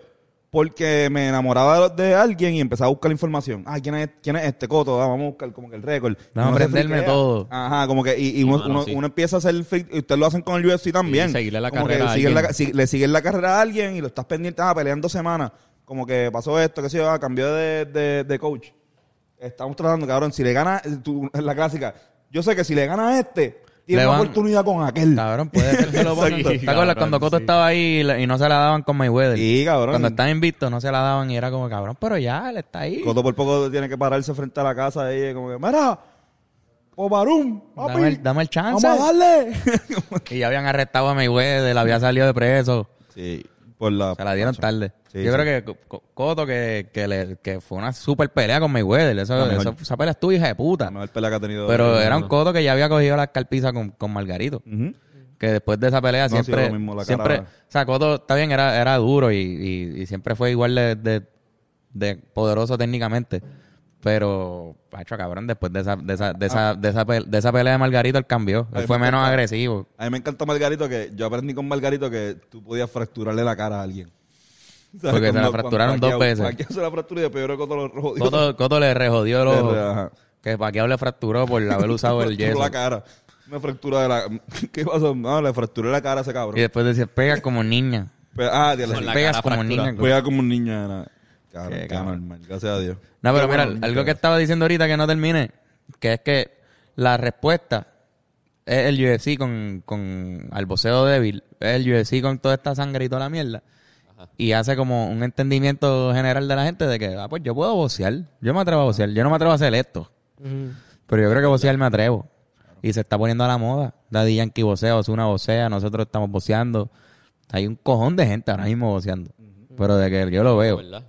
porque me enamoraba de de alguien y empezaba a buscar información. Ah, ¿quién es, quién es este coto? Ah, vamos a buscar como que el récord. Vamos a Uno se aprenderme friquea. todo. Ajá, como que y, y uno, mano, uno- sí. uno empieza a hacer fake- y ustedes lo hacen con el UFC también. seguirle la Como carrera que a siguen alguien. la- si- le siguen la carrera a alguien y lo estás pendiente, ah, pelean dos semanas. Como que pasó esto, qué sé yo, ah, cambió de, de, de coach. Estamos tratando, cabrón, si le gana tú- la clásica, yo sé que si le gana a este, tiene Le una van- oportunidad con aquel. Cabrón, puede ser que lo pongan. Sí, ¿Te acuerdas cabrón, cuando Coto sí. estaba ahí y, la- y no se la daban con Mayweather? Sí, cabrón. Cuando estaban invictos no se la daban y era como, cabrón, pero ya, él está ahí. Coto por poco tiene que pararse frente a la casa ahí, como que, mira, Pomarum, papi, Dame el, dame el vamos chance. a darle. Y ya habían arrestado a Mayweather, había salido de preso. sí, por la... Se la dieron tarde. Ah, Sí, Yo sí. creo que Co- Co- Coto, que, que, le- que fue una super pelea con Mayweather. Eso, La mejor. eso- esa pelea es tuya, hija de puta. La mejor pelea que ha tenido. Pero Ujú. era un Coto que ya había cogido la escarpiza con, con Margarito. Ujú. Que después de esa pelea No ha sido siempre. lo mismo la siempre cara. O sea, Coto está bien, era, era duro y, y- y siempre fue igual de, de- de poderoso técnicamente. Pero, pacho, cabrón, después de esa, de esa, de esa, de esa, pe- de esa pelea de Margarito, él cambió. Ay, Él fue me menos encanta. agresivo. A mí me encantó Margarito que yo aprendí con Margarito que tú podías fracturarle la cara a alguien. O sea, Porque se la cuando- fracturaron cuando dos Pacquiao- veces. Pacquiao se la fracturó y después yo creo que Cotto lo rojodió. Coto, Coto le rejodió los. Ajá. Que Paquiao le fracturó por haber usado el Fracturó yeso. la cara. Una fractura de la... ¿Qué pasó? No, le fracturé la cara a ese Y cabrón. después decía, pega como niña. Pe- ah, de la... Con la Pegas cara como fracturada. niña. Pega como un niño. Era... Cabrón, Qué qué cabrón. normal. Gracias a Dios. No, pero Qué bueno, mira, niño, algo que gracias. estaba diciendo ahorita que no termine, que es que la respuesta es el UFC con, con al voceo débil, es el UFC con toda esta sangre y toda la mierda. Y hace como un entendimiento general de la gente de que, ah, pues yo puedo vocear, yo me atrevo a vocear, yo no me atrevo a hacer esto, Ujú. pero yo creo que vocear me atrevo. Y se está poniendo a la moda. Daddy Yankee vocea, una vocea, nosotros estamos voceando. Hay un cojón de gente ahora mismo voceando. Pero de que yo lo veo. ¿Verdad?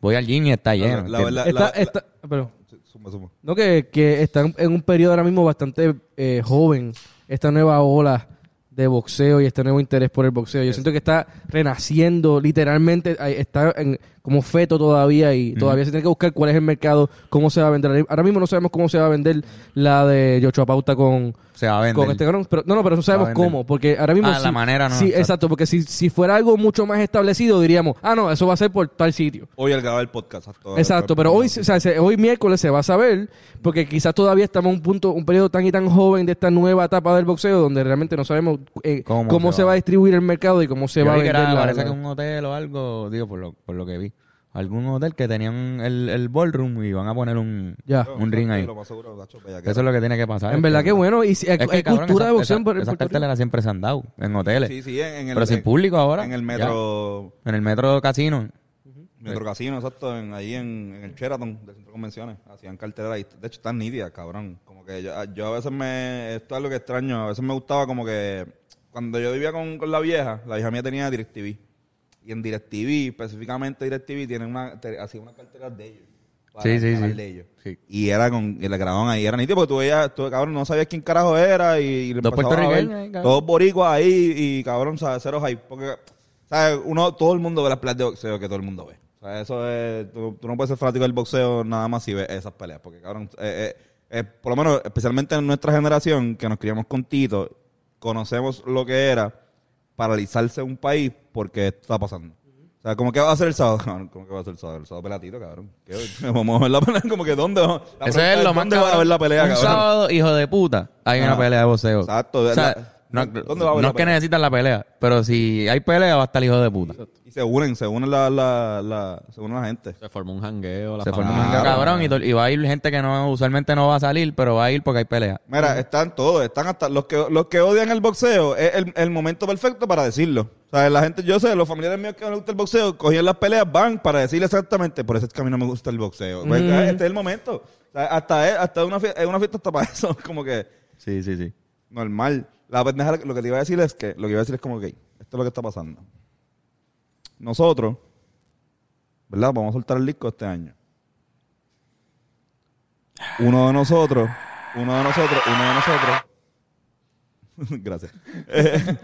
Voy al gym y está La- lleno. la ¿entiendes? verdad- Está- la- está- pero- Sí, suma, suma. No, que, que están en un periodo ahora mismo bastante eh, joven, esta nueva ola de boxeo y este nuevo interés por el boxeo. Yo siento que está renaciendo, literalmente, ahí está en- como feto todavía y todavía se tiene que buscar cuál es el mercado, cómo se va a vender. Ahora mismo no sabemos cómo se va a vender la de Yochoa Pauta con, se va a vender. con este cabrón, pero no, no, pero no sabemos vender. cómo, porque ahora mismo Ah, la manera, no, sí, exacto. exacto, porque si, si fuera algo mucho más establecido diríamos, ah, no, eso va a ser por tal sitio. Hoy al grabar el podcast. exacto. Exacto, pero hoy, o sea, se- hoy miércoles se va a saber, porque quizás todavía estamos en un punto, un periodo tan y tan joven de esta nueva etapa del boxeo, donde realmente no sabemos eh, ¿Cómo cómo, se se, va? va a distribuir el mercado y cómo se Yo va a vi que vender. era- la- parece la- que un hotel o algo, digo, por lo, por lo que vi. Algún hotel que tenían el, el ballroom y van a poner un, Ya. No, un ring ahí. lo más seguro, gacho, bellaquera. Eso es lo que tiene que pasar. En verdad que bueno, y si, hay, Es que, hay cabrón, cultura de esas- boxeo esas- por- en Esas Puerto Rico. carteleras siempre se han dado en hoteles. Sí, sí, en, en el... pero sin en- público ahora. En el ya. metro... en el metro casino. Metro Casino, exacto, en, ahí en, en el Sheraton, del centro de convenciones, hacían cartera y de hecho están nítidas, cabrón. Como que yo, yo a veces me, esto es algo que extraño, a veces me gustaba como que cuando yo vivía con, con la vieja, la vieja mía tenía DirecTV. Y en DirecTV, específicamente DirecTV, tiene una, te- hacía una cartera de ellos. para Sí, sí, el canal sí. de ellos. Sí. Y era con, y la grababan ahí, era nítido porque tú veías, tú, cabrón, no sabías quién carajo era y, y le Dos empezabas a ver puertorriqueños ahí, cabrón. todo todos boricuas ahí y cabrón, ¿sabes? cero hype. Porque, ¿sabes? Uno, todo el mundo ve las peleas de boxeo que todo el mundo ve. O sea, eso es. Tú, tú no puedes ser fanático del boxeo nada más si ves esas peleas. Porque, cabrón, eh, eh, eh, por lo menos, especialmente en nuestra generación, que nos criamos con Tito, conocemos lo que era paralizarse un país porque esto está pasando. O O sea, como que va a hacer el sábado? Cabrón, ¿Cómo que va a hacer el sábado? El sábado pelatito, cabrón. ¿Qué? Vamos a ver la pelea. Como que ¿dónde? va- la Eso pregunta es lo más ¿Dónde va a cabrón. ver la pelea, Un cabrón? sábado, hijo de puta, hay Ajá. una pelea de boxeo. Exacto. O sea, La- no, ¿dónde va a haber no la es que pelea? necesitan la pelea, pero si hay pelea va a estar el hijo de puta. Y se unen, se unen la, la, la, se unen la gente. Se formó un jangueo. la Se forma un familia. jangueo cabrón y, to- y va a ir gente que no usualmente no va a salir, pero va a ir porque hay pelea. Mira, están todos, están hasta los que los que odian el boxeo, es el, el momento perfecto para decirlo. O sea, la gente, yo sé, los familiares míos que no les gusta el boxeo, cogían las peleas, van para decirle exactamente, por eso es que a mí no me gusta el boxeo. Pues, Mm. Este es el momento. O sea, hasta es, hasta una fiesta, es una fiesta hasta para eso, como que Sí, sí, sí. normal. La pendeja, lo que te iba a decir es que, lo que iba a decir es como que, esto es lo que está pasando. Nosotros, ¿verdad? Vamos a soltar el disco este año. Uno de nosotros, uno de nosotros, uno de nosotros. Gracias. Eh,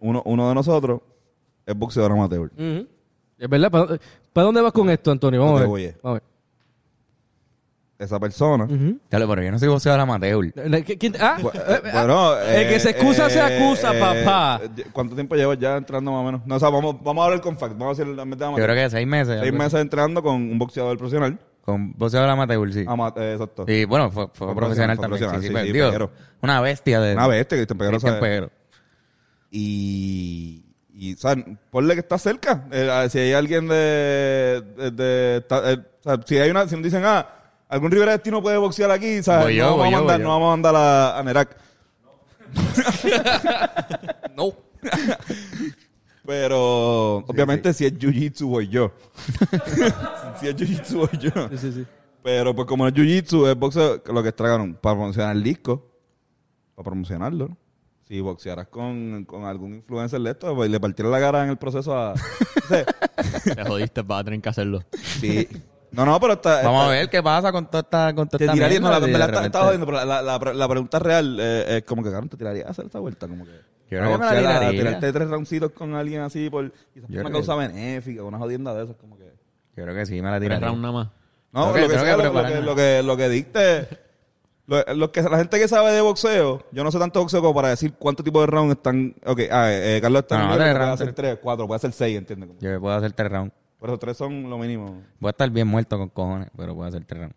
uno, uno de nosotros es boxeador amateur. Ujú. Es verdad. ¿Para, para dónde vas con esto, Antonio? Vamos a Yo te ver. voy, eh. Vamos Esa persona. a ver. Ujú. Dale, pero yo no soy boxeador amateur. ¿Qui- quién- ah? Bu- Eh, eh, eh, bueno, el que se excusa, se acusa, papá. eh, ¿Cuánto tiempo llevas ya entrando más o menos? No, o sea, vamos, vamos a hablar con fact. Vamos a decir la meta Yo creo que seis meses. Seis algo así. meses entrando con un boxeador profesional. Con boxeador amateur, sí. Ama- eh, exacto. Y bueno, fue, fue Fue profesional, profesional, fue también. profesional, sí, sí, sí, sí, peguero. pero, tío, una bestia de... Una bestia, Cristian Peguero. Cristian sabe. Peguero. Y, y, ¿sabes? Ponle que está cerca. Eh, ah, si hay alguien de... de- de- ta- eh, o sea, si hay una... Si nos dicen, ah, algún Rivera Destino puede boxear aquí, ¿sabes? Voy yo, no, vamos voy a yo, mandar, voy yo. no vamos a mandar a, a Merak. no. Pero, obviamente, si es Jiu-Jitsu, voy yo. si es Jiu-Jitsu, voy yo. Sí, sí, sí. Pero pues como el jiu-jitsu es boxeo, lo que tragaron para promocionar el disco, para promocionarlo. ¿no? Si boxearas con, con algún influencer de esto, pues le partieron la cara en el proceso a... O sea, Te jodiste, vas a tener que hacerlo. sí. No, no, pero está... Vamos está- a ver qué pasa con toda esta... Con toda Te esta tiraría... No, mierda la, y de me la está- repente- estaba jodiendo, pero la, la- la- la pregunta real eh, es como que, cabrón, te tiraría a hacer esta vuelta, como que... creo a que me la boxear, a- a tiraría. tirarte tres roundcitos con alguien así por... Quizás por Yo una creo causa benéfica, una jodienda de esas, como que... Yo creo que sí, me la Tres tiraría. rounds nada más. No, Tengo que- lo, que tengo que sea, lo- lo prepararme. que, lo que- lo que dicte. Lo, lo que, la gente que sabe de boxeo, yo no sé tanto boxeo como para decir cuánto tipo de rounds están. Ok, ah, eh, eh, Carlos está No, en no, el nivel que tres puede rounds, hacer tres, cuatro, puede hacer seis, ¿entiendes? Como- Yo puedo hacer tres rounds. Por eso tres son lo mínimo. Voy a estar bien muerto con cojones, pero puedo hacer tres rounds.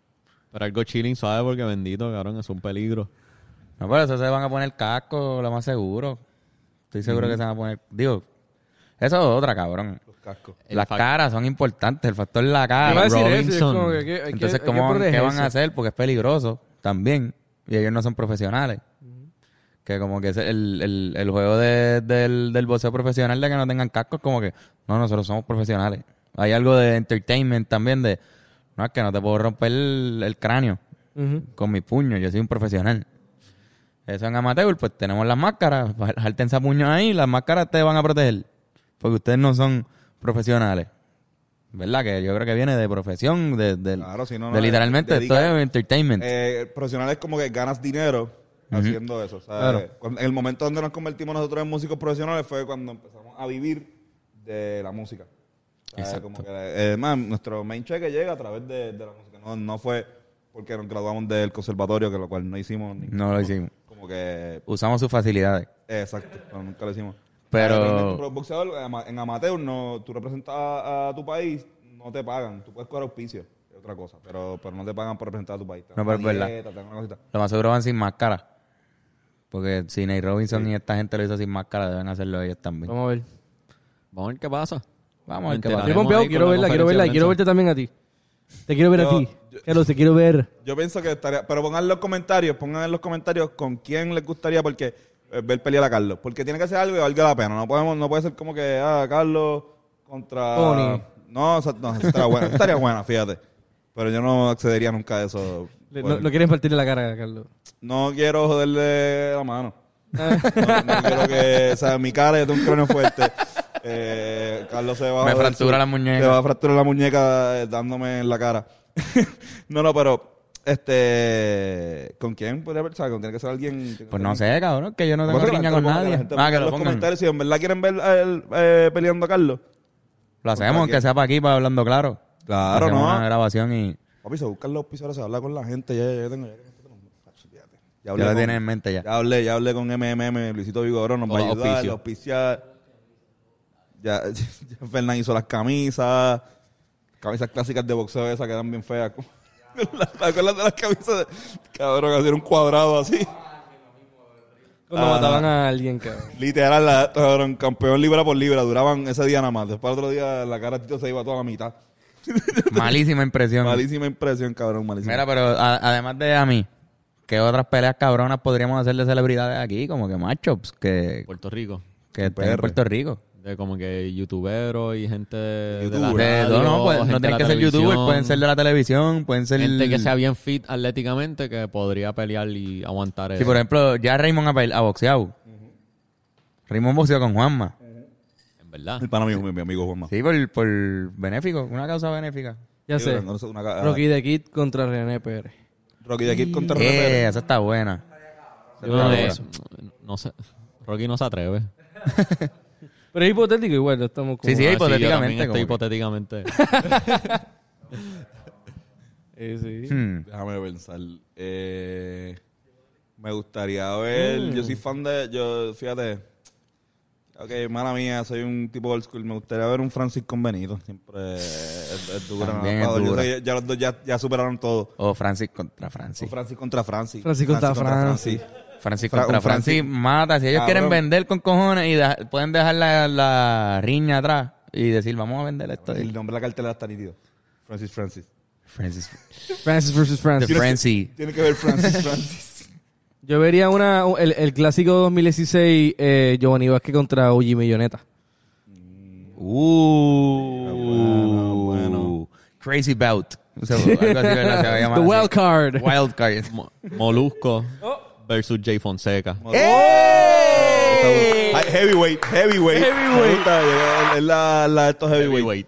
Pero algo chilling suave porque bendito, cabrón, es un peligro. No, pero eso se van a poner casco, lo más seguro. Estoy seguro que se van a poner... Digo, eso es otra, cabrón. Los cascos. El Las fac- caras son importantes, el factor la Yo iba Ah, a cara. decir eso, Robinson. es como que hay que- hay que- Entonces, hay que ¿cómo, van- ¿qué van protegerse. a hacer? Porque es peligroso también. Y ellos no son profesionales. Que como que ese- el, el, el juego de- del, del boxeo profesional de que no tengan cascos, como que, no, nosotros somos profesionales. Hay algo de entertainment también de, no, es que no te puedo romper el, el cráneo Ujú. con mi puño, yo soy un profesional. Eso en amateur, pues tenemos las máscaras, jáltense a puño ahí, las máscaras te van a proteger. Porque ustedes no son profesionales. ¿Verdad? Que yo creo que viene de profesión, de, de- Claro, si no, no, de eh, literalmente, esto dedica- es entertainment. Eh, profesionales como que ganas dinero haciendo eso. O sea, Claro. eh, cuando- en el momento donde nos convertimos nosotros en músicos profesionales fue cuando empezamos a vivir de la música. O sea, Exacto. como que, eh, man, nuestro main check llega a través de, de la música. No, no fue porque nos graduamos del conservatorio, que lo cual no hicimos. Ni, no lo hicimos. Como que... Usamos sus facilidades. Exacto, no, nunca lo hicimos. Pero- Eh, en el boxeador, en ama- en amateur, no, tú representas a, a tu país, no te pagan. Tú puedes cobrar auspicio, es otra cosa, pero, pero no te pagan por representar a tu país. Te dan No, pero una es verdad. dieta, te dan una cosita. Lo más seguro van sin máscara. Porque Sidney Robinson y esta gente lo hizo sin máscara, deben hacerlo ellos también. Vamos a ver. Vamos a ver qué pasa. Vamos a ver qué Enteraremos Yo pasa. Yo pompeo, ahí con quiero la verla, quiero verla y conferencia quiero de verte también a ti. Te quiero ver a Yo- ti. Carlos, te quiero ver. Yo pienso que estaría. Pero pongan en los comentarios, pongan en los comentarios con quién les gustaría porque eh, ver pelear a Carlos. Porque tiene que ser algo que valga la pena. No podemos, no puede ser como que, ah, Carlos contra. Tony. No, o sea, no, estaría buena, estaría buena, fíjate. Pero yo no accedería nunca a eso. Le- Por- No, no quieren partirle la cara, Carlos. no quiero joderle la mano. Ah, No, no quiero que, o sea, mi cara es de un cráneo fuerte. Eh, Carlos se va a Me joder fractura la muñeca. Se va a fracturar la muñeca eh, dándome en la cara. no, no, pero este, ¿con quién podría haber? O sea, con- tiene que ser alguien. tiene que ser Pues no alguien. sé, cabrón, que yo no Lo que tengo pasa es que la riña con gente lo ponga, la nadie. gente Ah, ponga que en lo los pongan. comentarios si en verdad quieren ver a él eh, peleando a Carlos. Lo hacemos, Contra que sea para aquí, para hablando claro. Claro, Hacemos ¿no? una grabación y Papi, se buscan los pisos, se habla con la gente. Ya, ya, ya tengo. Ya, fíjate. ya, ya hablé lo con- tienes en mente ya. Ya hablé, ya hablé con MMM, Luisito Vigorón nos O va a ayudar, auspicio. auspiciar. Ya, ya Fernán hizo las camisas, camisas clásicas de boxeo esas que eran bien feas. ¿Te acuerdas de las camisas? Cabrón, hacían un cuadrado así. Cuando Ah, mataban a alguien, cabrón. Literal, la, cabrón, campeón libra por libra. Duraban ese día nada más. Después otro día la cara de Tito se iba toda a la mitad. Malísima impresión. Malísima impresión, cabrón, malísima. Mira, pero a- además de a mí, ¿qué otras peleas cabronas podríamos hacer de celebridades aquí? Como que matchups que, Puerto Rico. que estén en PR. Puerto Rico. De como que youtuberos y gente de la Youtuber. De- no, radio, no, pues, gente no de tienen la que ser televisión, youtubers, pueden ser de la televisión, pueden ser... Gente que sea bien fit atléticamente que podría pelear y aguantar Sí, por ejemplo, ya Raymond ha, pe- ha boxeado. Raymond boxeó con Juanma. En verdad. El pana mío, mi, mi amigo Juanma. Sí, por, por benéfico, una causa benéfica. Ya Sí, sé. no sé, una ca- ah, Rocky the Kid contra René Pérez. Rocky de aquí contra Eh, René esa está buena. Yo no, sé, Eh, no sé. Rocky no se atreve. Pero es hipotético igual, no estamos como... Sí, sí, Ah, yo hipotéticamente, también estoy como hipotéticamente. Eh, sí. Hmm. Déjame pensar. Eh, me gustaría ver. Yo Mm. soy fan de. Yo, fíjate. Ok, hermana mía, soy un tipo old school. Me gustaría ver un Francis con Benito. Siempre es, es dura. ¿no? También es Yo sé dura. que ya los dos ya, ya superaron todo. O Francis contra Francis. Un Francis contra Francis. Francis contra Francis. Francis Fra- contra un Francis- Francis, mata. Si ellos Cabrón. quieren vender con cojones y deja- pueden dejar la, la riña atrás y decir, vamos a vender esto. El nombre de la cartelera está nítido. Francis Francis. Francis. Francis versus The Francis. Francis. Tiene que ver Francis Francis. Yo vería una, el, el clásico 2016, eh, Giovanni Vázquez contra Uji Milloneta. Uh, Crazy Bout. O sea, algo así, ¿verdad? Se va a llamar The así. wild card. Wild Card. Mo- Molusco versus Jay Fonseca. Ay, heavyweight, heavyweight. Heavyweight. Me gusta, eh, Es la, la de estos heavyweight. Heavyweight.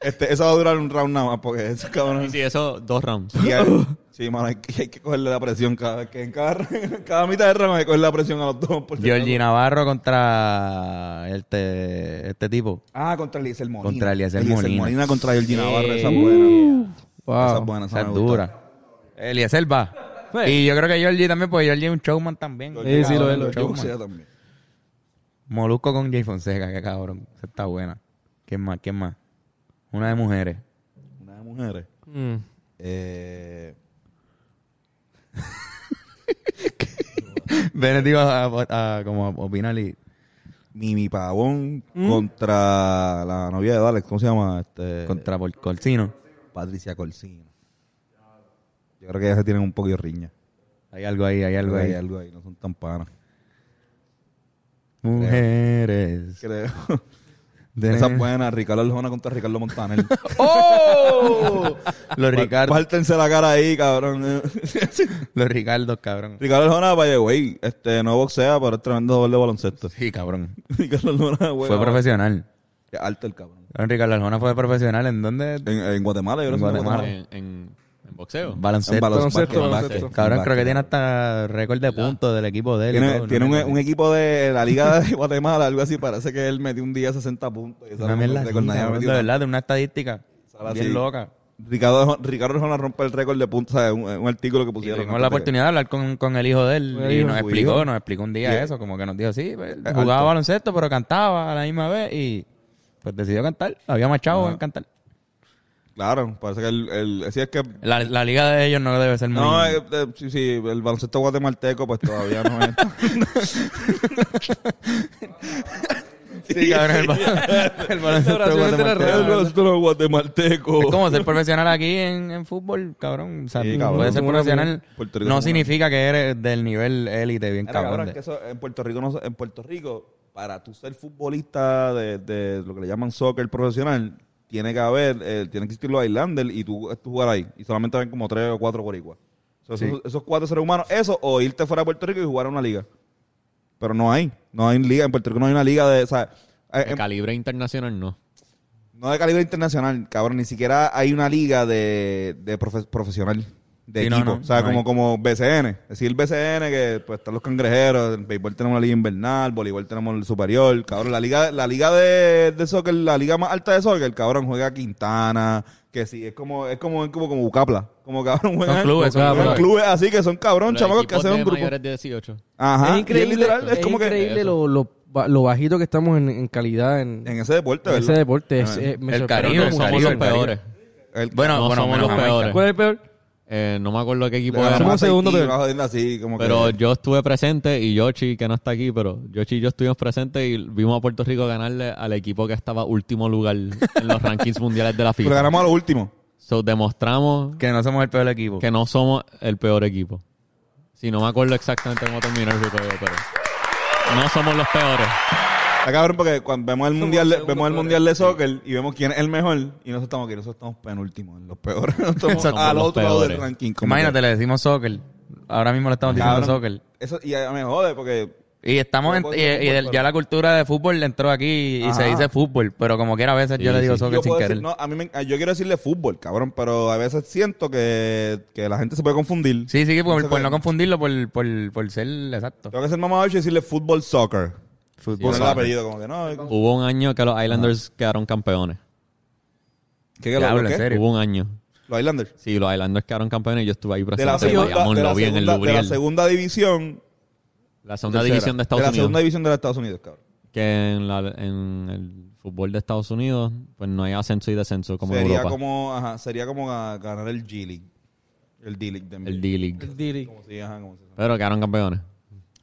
Este, eso va a durar un round nada más porque esos cabrones. Sí, eso, dos rounds. Y hay- sí, mano, hay que, hay que cogerle la presión cada vez que en cada, en cada mitad de rama hay que cogerle la presión a los dos. por si Georgie Navarro contra este, este tipo. acaso. Ah, contra Eliezer Molina. Contra Eliezer Molina. contra Georgie Navarro, esa es buena. Esa es Wow. buena, esa, Esa me es gusta. dura. Eliezer va. Sí. Y yo creo que Georgie también, porque Georgie es un showman también. Sí, sí, lo es, lo es. Yo boxeo también. Molusco con Jay Fonseca, qué cabrón. Esa está buena. ¿Quién más? ¿Quién más? Una de mujeres. Una de mujeres. Mm. Eh, Bennett iba a, a- a- como a opinar y... Mimi Pavón ¿Mm? contra la novia de Dalex, ¿cómo se llama? Este, Contra por Colcino. Patricia Corsino. Yo creo que ellas se tienen un poquito de riña. Hay algo ahí, hay algo Creo que ahí. hay algo ahí, no son tan panas. Mujeres. Creo. De- Esa es buena, Ricardo Arjona contra Ricardo Montaner. ¡Oh! los Ricardo, Pártense la cara ahí, cabrón. los Ricardos, cabrón. Ricardo Arjona, vaya, güey, este, no boxea, pero es tremendo jugador de baloncesto. Sí, cabrón. Ricardo Arjona, güey. Fue profesional. Es Alto el cabrón. Cabrón, Ricardo Arjona fue profesional. ¿En dónde? En, en Guatemala, yo creo En que es Guatemala. En, en- en boxeo. En baloncesto. Baloncesto. Baloncesto, básquet, baloncesto. básquet, Cabrón, creo que básquet. tiene hasta récord de puntos del equipo de él. y Tiene, todo, tiene ¿no? un, un equipo de la Liga de Guatemala, algo así. Parece que él metió un día 60 puntos. Y esa Una no me mierda acuerdo, así, nadie ha cabrón, de metido nada. verdad, de una estadística Sala bien así. loca. Ricardo, Arjona- Ricardo Arjona rompe el récord de puntos. o sea, un, un artículo que Y pusieron. tuvimos la oportunidad de hablar con, con el hijo de él Con el y hijo. nos Su explicó, hijo. nos explicó un día Y- eso, como que nos dijo, sí, pues, Alto. jugaba baloncesto, pero cantaba a la misma vez y pues decidió cantar, había machado en cantar. Claro, parece que el, el, así es que La, la liga de ellos no debe ser muy... No, eh, eh, sí, sí, el baloncesto guatemalteco pues todavía no es. Sí, cabrón, el, bal- el baloncesto oración entre las guatemalteco. redes, bro. guatemalteco. Es como ser profesional aquí en, en fútbol, cabrón. O sea, Sí, tú cabrón. puedes ser Somos una- profesional, Puerto Rico somos no una- significa que eres del nivel élite, bien Mira, cabrón, cabrón. eh. es que eso en Puerto Rico, no se- en Puerto Rico, para tú ser futbolista de, de lo que le llaman soccer profesional, tiene que haber, eh, tiene que existir los Islanders y tú, tú jugar ahí. Y solamente ven como tres o cuatro boricuas. So, Sí. esos, esos cuatro seres humanos, eso, o irte fuera de Puerto Rico y jugar a una liga. Pero no hay, no hay liga, en Puerto Rico no hay una liga de, o sea, eh, De en- calibre internacional no. No de calibre internacional, cabrón. Ni siquiera hay una liga de, de profe- profesional, de Sí, no, equipo. no, o sea, no como, hay. como BCN. Decir BCN que pues, están los cangrejeros, en béisbol tenemos la liga invernal, voleibol tenemos el superior. Cabrón, la liga, la liga de, de soccer, la liga más alta de soccer, cabrón, juega Quintana, que sí, es como, es como, es como, como Bucapla. Como cabrón, juegan Son clubes, son son clubes. clubes así que son cabrón, Los chamacos que equipos hacen un de grupo. mayores de 18. Ajá. Es y increíble, literal, es, es como que increíble Eso. lo, lo ba- lo bajito que estamos en, en calidad en, En ese deporte, en ¿verdad? ese deporte. es- eh, me El sorprende Caribe, mucho. somos Caribe, los el Caribe. peores. El- Ah, Bueno, no, no somos somos los Jamaica. peores. ¿Cuál es el peor? Eh, no me acuerdo le qué equipo ganamos era. a segundo, Haití, pero- una jodienda así, como que- Pero yo estuve presente y Yoshi, que no está aquí, pero Yoshi y yo estuvimos presentes y vimos a Puerto Rico ganarle al equipo que estaba último lugar en los rankings mundiales de la Pero FIFA. ganamos a lo último. So, demostramos Que no somos el peor equipo. que no somos el peor equipo. Si no me acuerdo exactamente cómo terminó el juego, pero no somos los peores. Está cabrón porque cuando vemos el mundial, de- los vemos el peores. mundial de soccer y vemos quién es el mejor y nosotros estamos aquí, nosotros estamos penúltimos, los peores. Nosotros estamos Somos al los otro lado del peores. ranking. como Imagínate, le decimos soccer. Ahora mismo le estamos que, diciendo cabrón, soccer. Eso, y a- me jode porque Y estamos en- Yo puedo y, decir y fútbol, el- pero- ya la cultura de fútbol entró aquí y se Ajá. dice fútbol, pero como quiera a veces yo Sí, le digo sí. soccer yo sin puedo querer. decir, no, a mí me- yo quiero decirle fútbol, cabrón, pero a veces siento que, que la gente se puede confundir. Sí, sí, por, sé por qué- no confundirlo, por, por, por ser exacto. Tengo que ser mamá y decirle fútbol soccer. Fútbol. Poner el apellido como que no. es- Hubo un año que los Islanders quedaron campeones. ¿Qué que Diablo, lo, lo en qué? serio. ¿Serio? Hubo un año. Los Islanders. Sí, los Islanders quedaron campeones y yo estuve ahí De la, presente. en segunda, Bayamón, de, la Pues lo vi en el segunda, de la Lubriel. segunda división. La segunda tercera. división de Estados De la Unidos. segunda división de los Estados Unidos, cabrón. que en, la- en el fútbol de Estados Unidos pues no hay ascenso y descenso como en sería Europa. como ajá, sería como ga- ganar el G League el D League también El D-League. El Diri. Como si, ajá, como si- Pero quedaron campeones.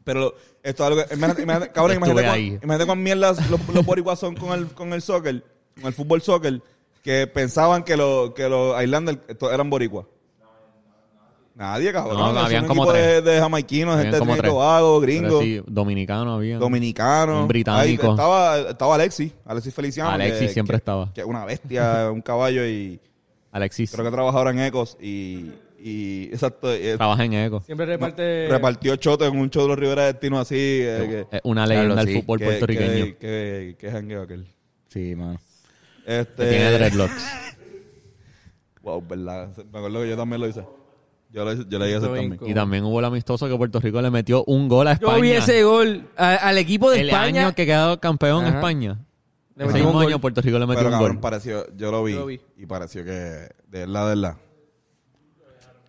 pero esto es algo que imagínate, imagínate, cabrón Estuve imagínate cuán, ahí. imagínate cuán mierdas los, los boricuas son con el con el soccer con el fútbol soccer que pensaban que los que los Islanders estos eran boricuas nadie cabrón No, Es habían un como equipo de, tres. de jamaiquinos Habían gente de como Trinidad y tres. Tobago Pero gringos sí, dominicano había. dominicanos Un británico. Ahí estaba estaba Alexis Alexis Feliciano Alexis que- siempre que- estaba. que es una bestia un caballo y Alexis Creo que trabaja ahora en Ecos y, y exacto, y, eh, trabaja en Eco. Siempre reparte. repartió chote en un show de los Rivera Destino así. eh, que, Es una leyenda Claro, del sí. fútbol que- puertorriqueño. Que, que, que jangueo aquel. Sí, mano. Que tiene Este, dreadlocks. wow, verdad. Me acuerdo que yo también lo hice. Yo, lo hice, yo le dije eso Yo también. vinco. Y también hubo el amistoso que Puerto Rico le metió un gol a España. Yo vi ese gol a- al equipo de el España. año que quedó campeón Ajá. España. Le metimos Ese mismo un gol. año Puerto Rico le metió Pero un cabrón, gol. pareció, yo lo vi, Yo lo vi. y pareció que de verdad, de verdad.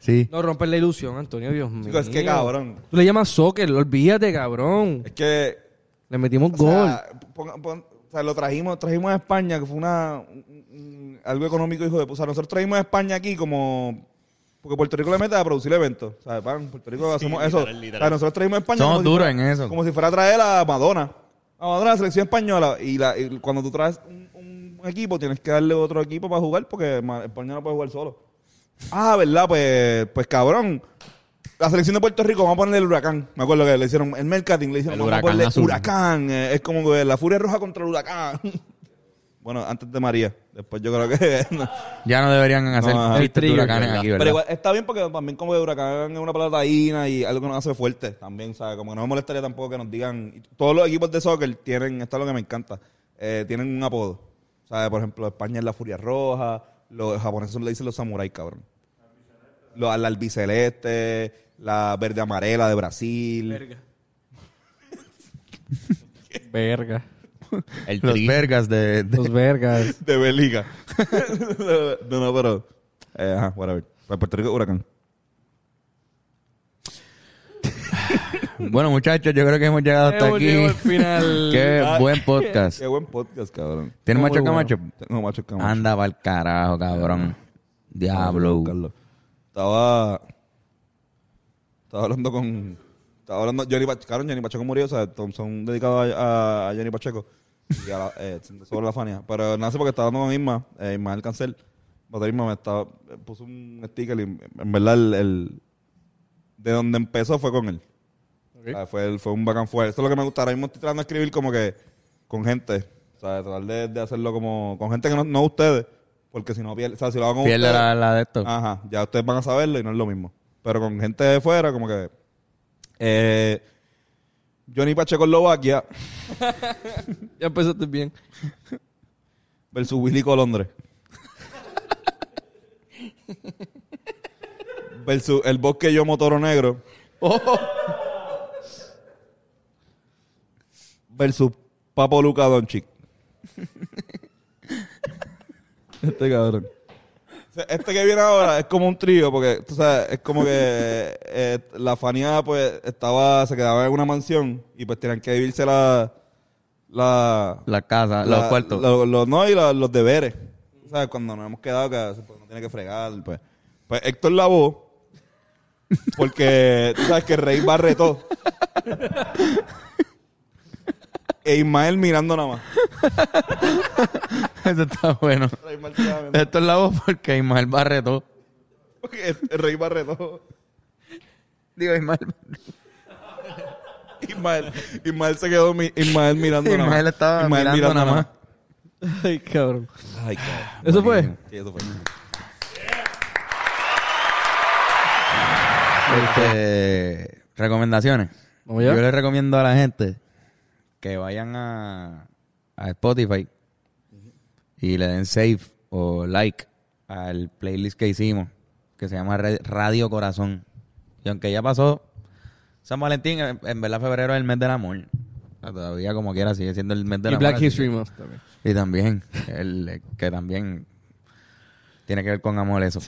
Sí. No romper la ilusión, Antonio, Dios mío. Chico, es que cabrón. Tú le llamas soccer, olvídate, cabrón. Es que Le metimos O gol. sea, ponga- pon- o sea, lo trajimos, trajimos a España, que fue una un- un- algo económico, hijo de puta. O sea, nosotros trajimos a España aquí como. Porque Puerto Rico le mete a producir eventos. O sea, pan, Puerto Rico hacemos eso. O sea, nosotros trajimos a España. Somos como si duros fuera- en eso. Como si fuera a traer a Madonna. A Madonna, la selección española. Y, la, y cuando tú traes un, un equipo, tienes que darle otro equipo para jugar, porque ma- España no puede jugar solo. Ah, ¿verdad? Pues, pues cabrón. La selección de Puerto Rico, vamos a ponerle el huracán. Me acuerdo que le hicieron el mercading, le hicieron El vamos a huracán ponerle azul. huracán. Eh, es como que la furia roja contra el huracán. bueno, antes de María. Después yo creo que. no. Ya no deberían hacer ajá. chistes de Trigger, huracanes ¿verdad? aquí, ¿verdad? Ah, Pero igual, está bien porque también como que huracán es una palabra taína y algo que nos hace fuerte también, ¿sabes? Como que no me molestaría tampoco que nos digan. y Todos los equipos de soccer tienen, esto es lo que me encanta, eh, tienen un apodo. ¿Sabes? Por ejemplo, España es la Furia Roja, los japoneses le dicen los samuráis, cabrón. Los, la albiceleste, la verde amarela de Brasil. Verga. El Los tri. vergas de, de- Los vergas. De Beliga. no, no, pero. eh, ajá, whatever. Pues Puerto Rico, huracán. Bueno, muchachos, yo creo que hemos llegado hasta Eh, Hemos aquí. llegado al final. Qué buen podcast. Ah, Qué buen podcast, cabrón. ¿Tienes Muy macho Ah, bueno. camacho? Tengo macho que macho. Anda pa'l carajo, cabrón. Diablo. Ah, Buscarlo. Estaba. Estaba hablando con. Estaba hablando. Johnny Pacheco. Claro, Johnny Pacheco murió. O sea, son- son dedicados a, a- a Johnny Pacheco. Y a la- eh, sobre la Fania. Pero no sé porque estaba hablando con Isma. Eh, Isma del Cancel. Pero Isma me estaba. eh, Puso un sticker y en verdad el. el- de donde empezó fue con él. O sea, fue, el- fue un back and forth. Eso es lo que me gusta. Ahora mismo estoy tratando de escribir como que con gente. O sea, tratar de, de hacerlo como con gente que no, no ustedes. Porque si no pierde, o sea, si lo hago con Pierde ustedes- la, la de esto. Ajá, ya ustedes van a saberlo y no es lo mismo. Pero con gente de fuera, como que. Eh, Johnny Pacheco Eslovaquia Ya empezaste bien. versus Willy Colondres. versus el bosque yo motoro negro. Versus Papo Luca Doncic. este cabrón. O sea, Este que viene ahora es como un trío, porque tú sabes, es como que eh, la fanía pues estaba, se quedaba en una mansión y pues tenían que vivírsela la, Las casas, Ah, los la- cuartos. lo- lo- no, y la- los deberes. ¿Sabes? Cuando nos hemos quedado, que a veces, pues, uno tiene que fregar. Pues, pues Héctor lavó. Porque tú sabes que Rey barretó. e Ismael mirando nada más. Eso está bueno. Rey Ismael se queda viendo. Esto es la voz porque Ismael Barreto. Porque el- el Rey barretó. Digo, Ismael, Ismael, Ismael se quedó mi- Ismael mirando nada más. Ismael estaba Ismael mirando, nada más. Ay, cabrón. más. Ay, cabrón. ¿Eso fue? Sí, eso fue. Este, recomendaciones. Vamos allá. Yo les recomiendo a la gente que vayan a, a Spotify y le den save o like al playlist que hicimos, que se llama Ra- Radio Corazón. Y aunque ya pasó San Valentín, en, en verdad febrero es el mes del amor. Todavía como quiera sigue siendo el mes del Y amor. Black así History Month también. y también, el, que también tiene que ver con amor eso.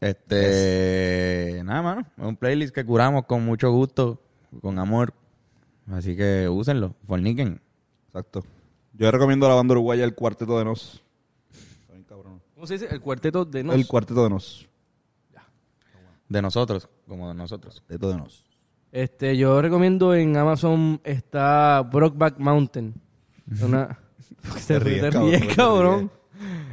Este, nada, mano. Es un playlist que curamos con mucho gusto, con amor. Así que úsenlo, forniquen. Exacto. Yo recomiendo a la banda uruguaya el Cuarteto de Nos. Está bien cabrón. ¿Cómo se dice? El cuarteto de nos. El Cuarteto de Nos. De nosotros, como de nosotros. Cuarteto de Nos. Este, yo recomiendo en Amazon está Brockback Mountain. Una... se ríe, ríes, te cabrón, ríes, te ríes. cabrón.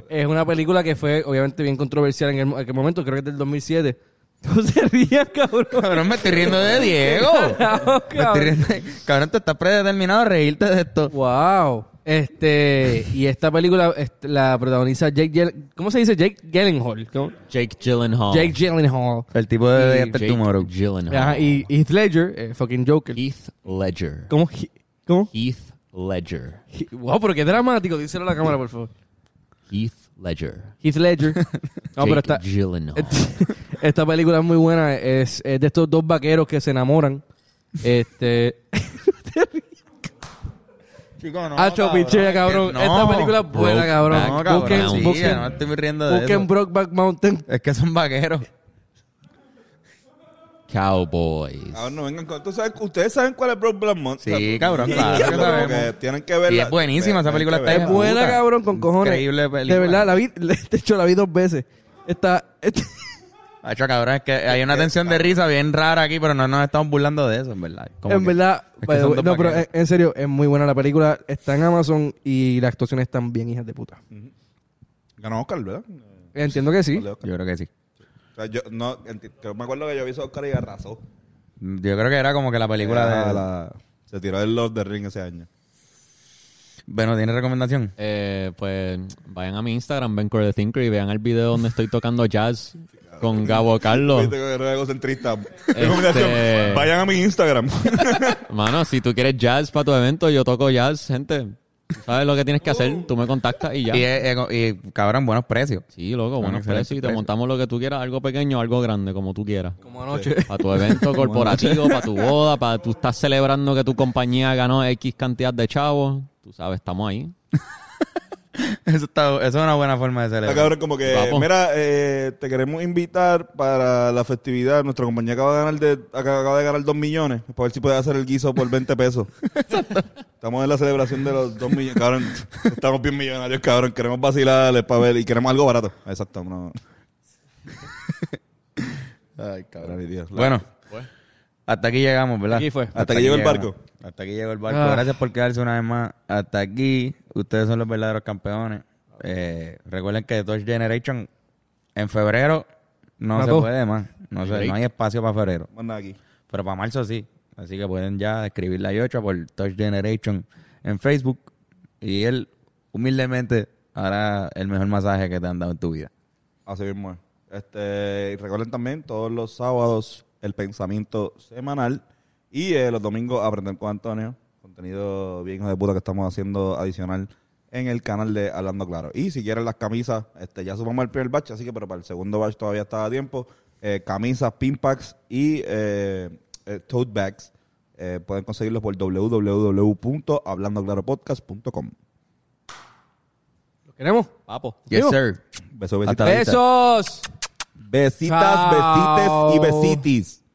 Es una película que fue obviamente bien controversial en el- en aquel momento, creo que es del 2007. No se rías, cabrón. Cabrón, me estoy riendo de Diego. Carajo, Me estoy cabrón. riendo de- Cabrón, te estás predeterminado a reírte de esto. Wow. Este, y esta película este, la protagoniza Jake Gyllen- ¿Cómo se dice? Jake Gyllenhaal. ¿cómo? Jake Gyllenhaal. Jake Gyllenhaal. El tipo de Y de After Jake Tomorrow. Gyllenhaal. Ajá, y y Heath Ledger, eh, fucking Joker. Heath Ledger. ¿Cómo? He- ¿Cómo? Heath Ledger. Wow, pero qué dramático. Díselo a la cámara, por favor. Heath Ledger. Heath Ledger. No, pero Jake está, Gyllenhaal. Esta película es muy buena. Es, es de estos dos vaqueros que se enamoran. Este. Chico, no. Hacho, pichea, cabrón. No. Esta película es buena, cabrón. No, cabrón. Busquen, Sí, busquen, no me estoy riendo de busquen eso. Brokeback Mountain. Es que son vaqueros. Cowboys. A ver, Ah, no vengan con... ¿Tú sabes- ¿Ustedes saben cuál es Brock Black Monster? Sí, cabrón, Sí, claro que como sabemos. que tienen que verla. Y es buenísima, esa Tienen película que está verla. de Buena, puta. cabrón, con cojones. Increíble película. De verdad, la vi, de hecho, la vi dos veces. Esta. esta- Hacho, cabrón, es que hay una tensión de risa bien rara aquí, pero no nos estamos burlando de eso, en verdad. Como en que- verdad, es que by the son way, dos no, pero en, vaqueros. en serio, es muy buena la película. Está en Amazon y las actuaciones están bien, hijas de puta. Mm. Ganó Oscar, ¿verdad? Entiendo que sí. Vale, Oscar. Yo creo que sí. O sea, yo, no, enti- que me acuerdo que yo vi a Oscar y arrasó. Yo creo que era como que la película Era de... la- Se tiró el Lord of the Ring ese año. Bueno, ¿tiene recomendación? Eh, pues vayan a mi Instagram, Ben Core the Thinker, y vean el video donde estoy tocando jazz con Gabo Oh. Carlos. Viste que era egocentrista. Este- Recomendación, Vayan a mi Instagram. Mano, si tú quieres jazz para tu evento, yo toco jazz, gente. Tú ¿Sabes lo que tienes que hacer? Tú me contactas y ya. Y, eh, eh, y, cabrón, buenos precios. Sí, loco, Son buenos excelentes precios y te precios. montamos lo que tú quieras, algo pequeño, algo grande, como tú quieras. Como anoche. Para tu evento corporativo, para tu boda, para tú estás celebrando que tu compañía ganó X cantidad de chavos. Tú sabes, estamos ahí. Eso, está, eso es una buena forma de Está celebrar. Ah, cabrón, como que, Vamos. mira, eh, te queremos invitar para la festividad. Nuestra compañía acaba de ganar de, acaba acaba de ganar 2 millones. Para ver si puede hacer el guiso por 20 pesos. Estamos en la celebración de los 2 millones. Cabrón, estamos bien millonarios, cabrón. Queremos vacilarles para ver y queremos algo barato. Exacto, no. Ay, Cabrón, y Dios. La- Bueno, hasta aquí llegamos, ¿verdad? Aquí fue. Hasta que llegó el llegamos. barco. Hasta aquí llegó el barco. Ah. Gracias por quedarse una vez más. Hasta aquí, ustedes son los verdaderos campeones. Eh, recuerden que Touch Generation en febrero no Mató. se puede más. No, se- no hay espacio para febrero. Más nada aquí. Pero para marzo sí. Así que pueden ya escribir la yocha por Touch Generation en Facebook. Y él humildemente hará el mejor masaje que te han dado en tu vida. Así mismo es. Este, y recuerden también todos los sábados el pensamiento semanal y eh, los domingos aprender con Antonio. Contenido bien hijo de puta que estamos haciendo adicional en el canal de Hablando Claro. Y si quieren las camisas, este, ya sumamos el primer batch, así que pero para el segundo batch todavía está a tiempo. Eh, camisas, pin packs y eh, eh, tote bags eh, pueden conseguirlos por www.hablandoclaropodcast.com. ¿Lo queremos? Papo. Yes, Digo. sir. Besos, Hasta besitas. la vista. ¡Besos! Besitas, besites Chao. y besitis.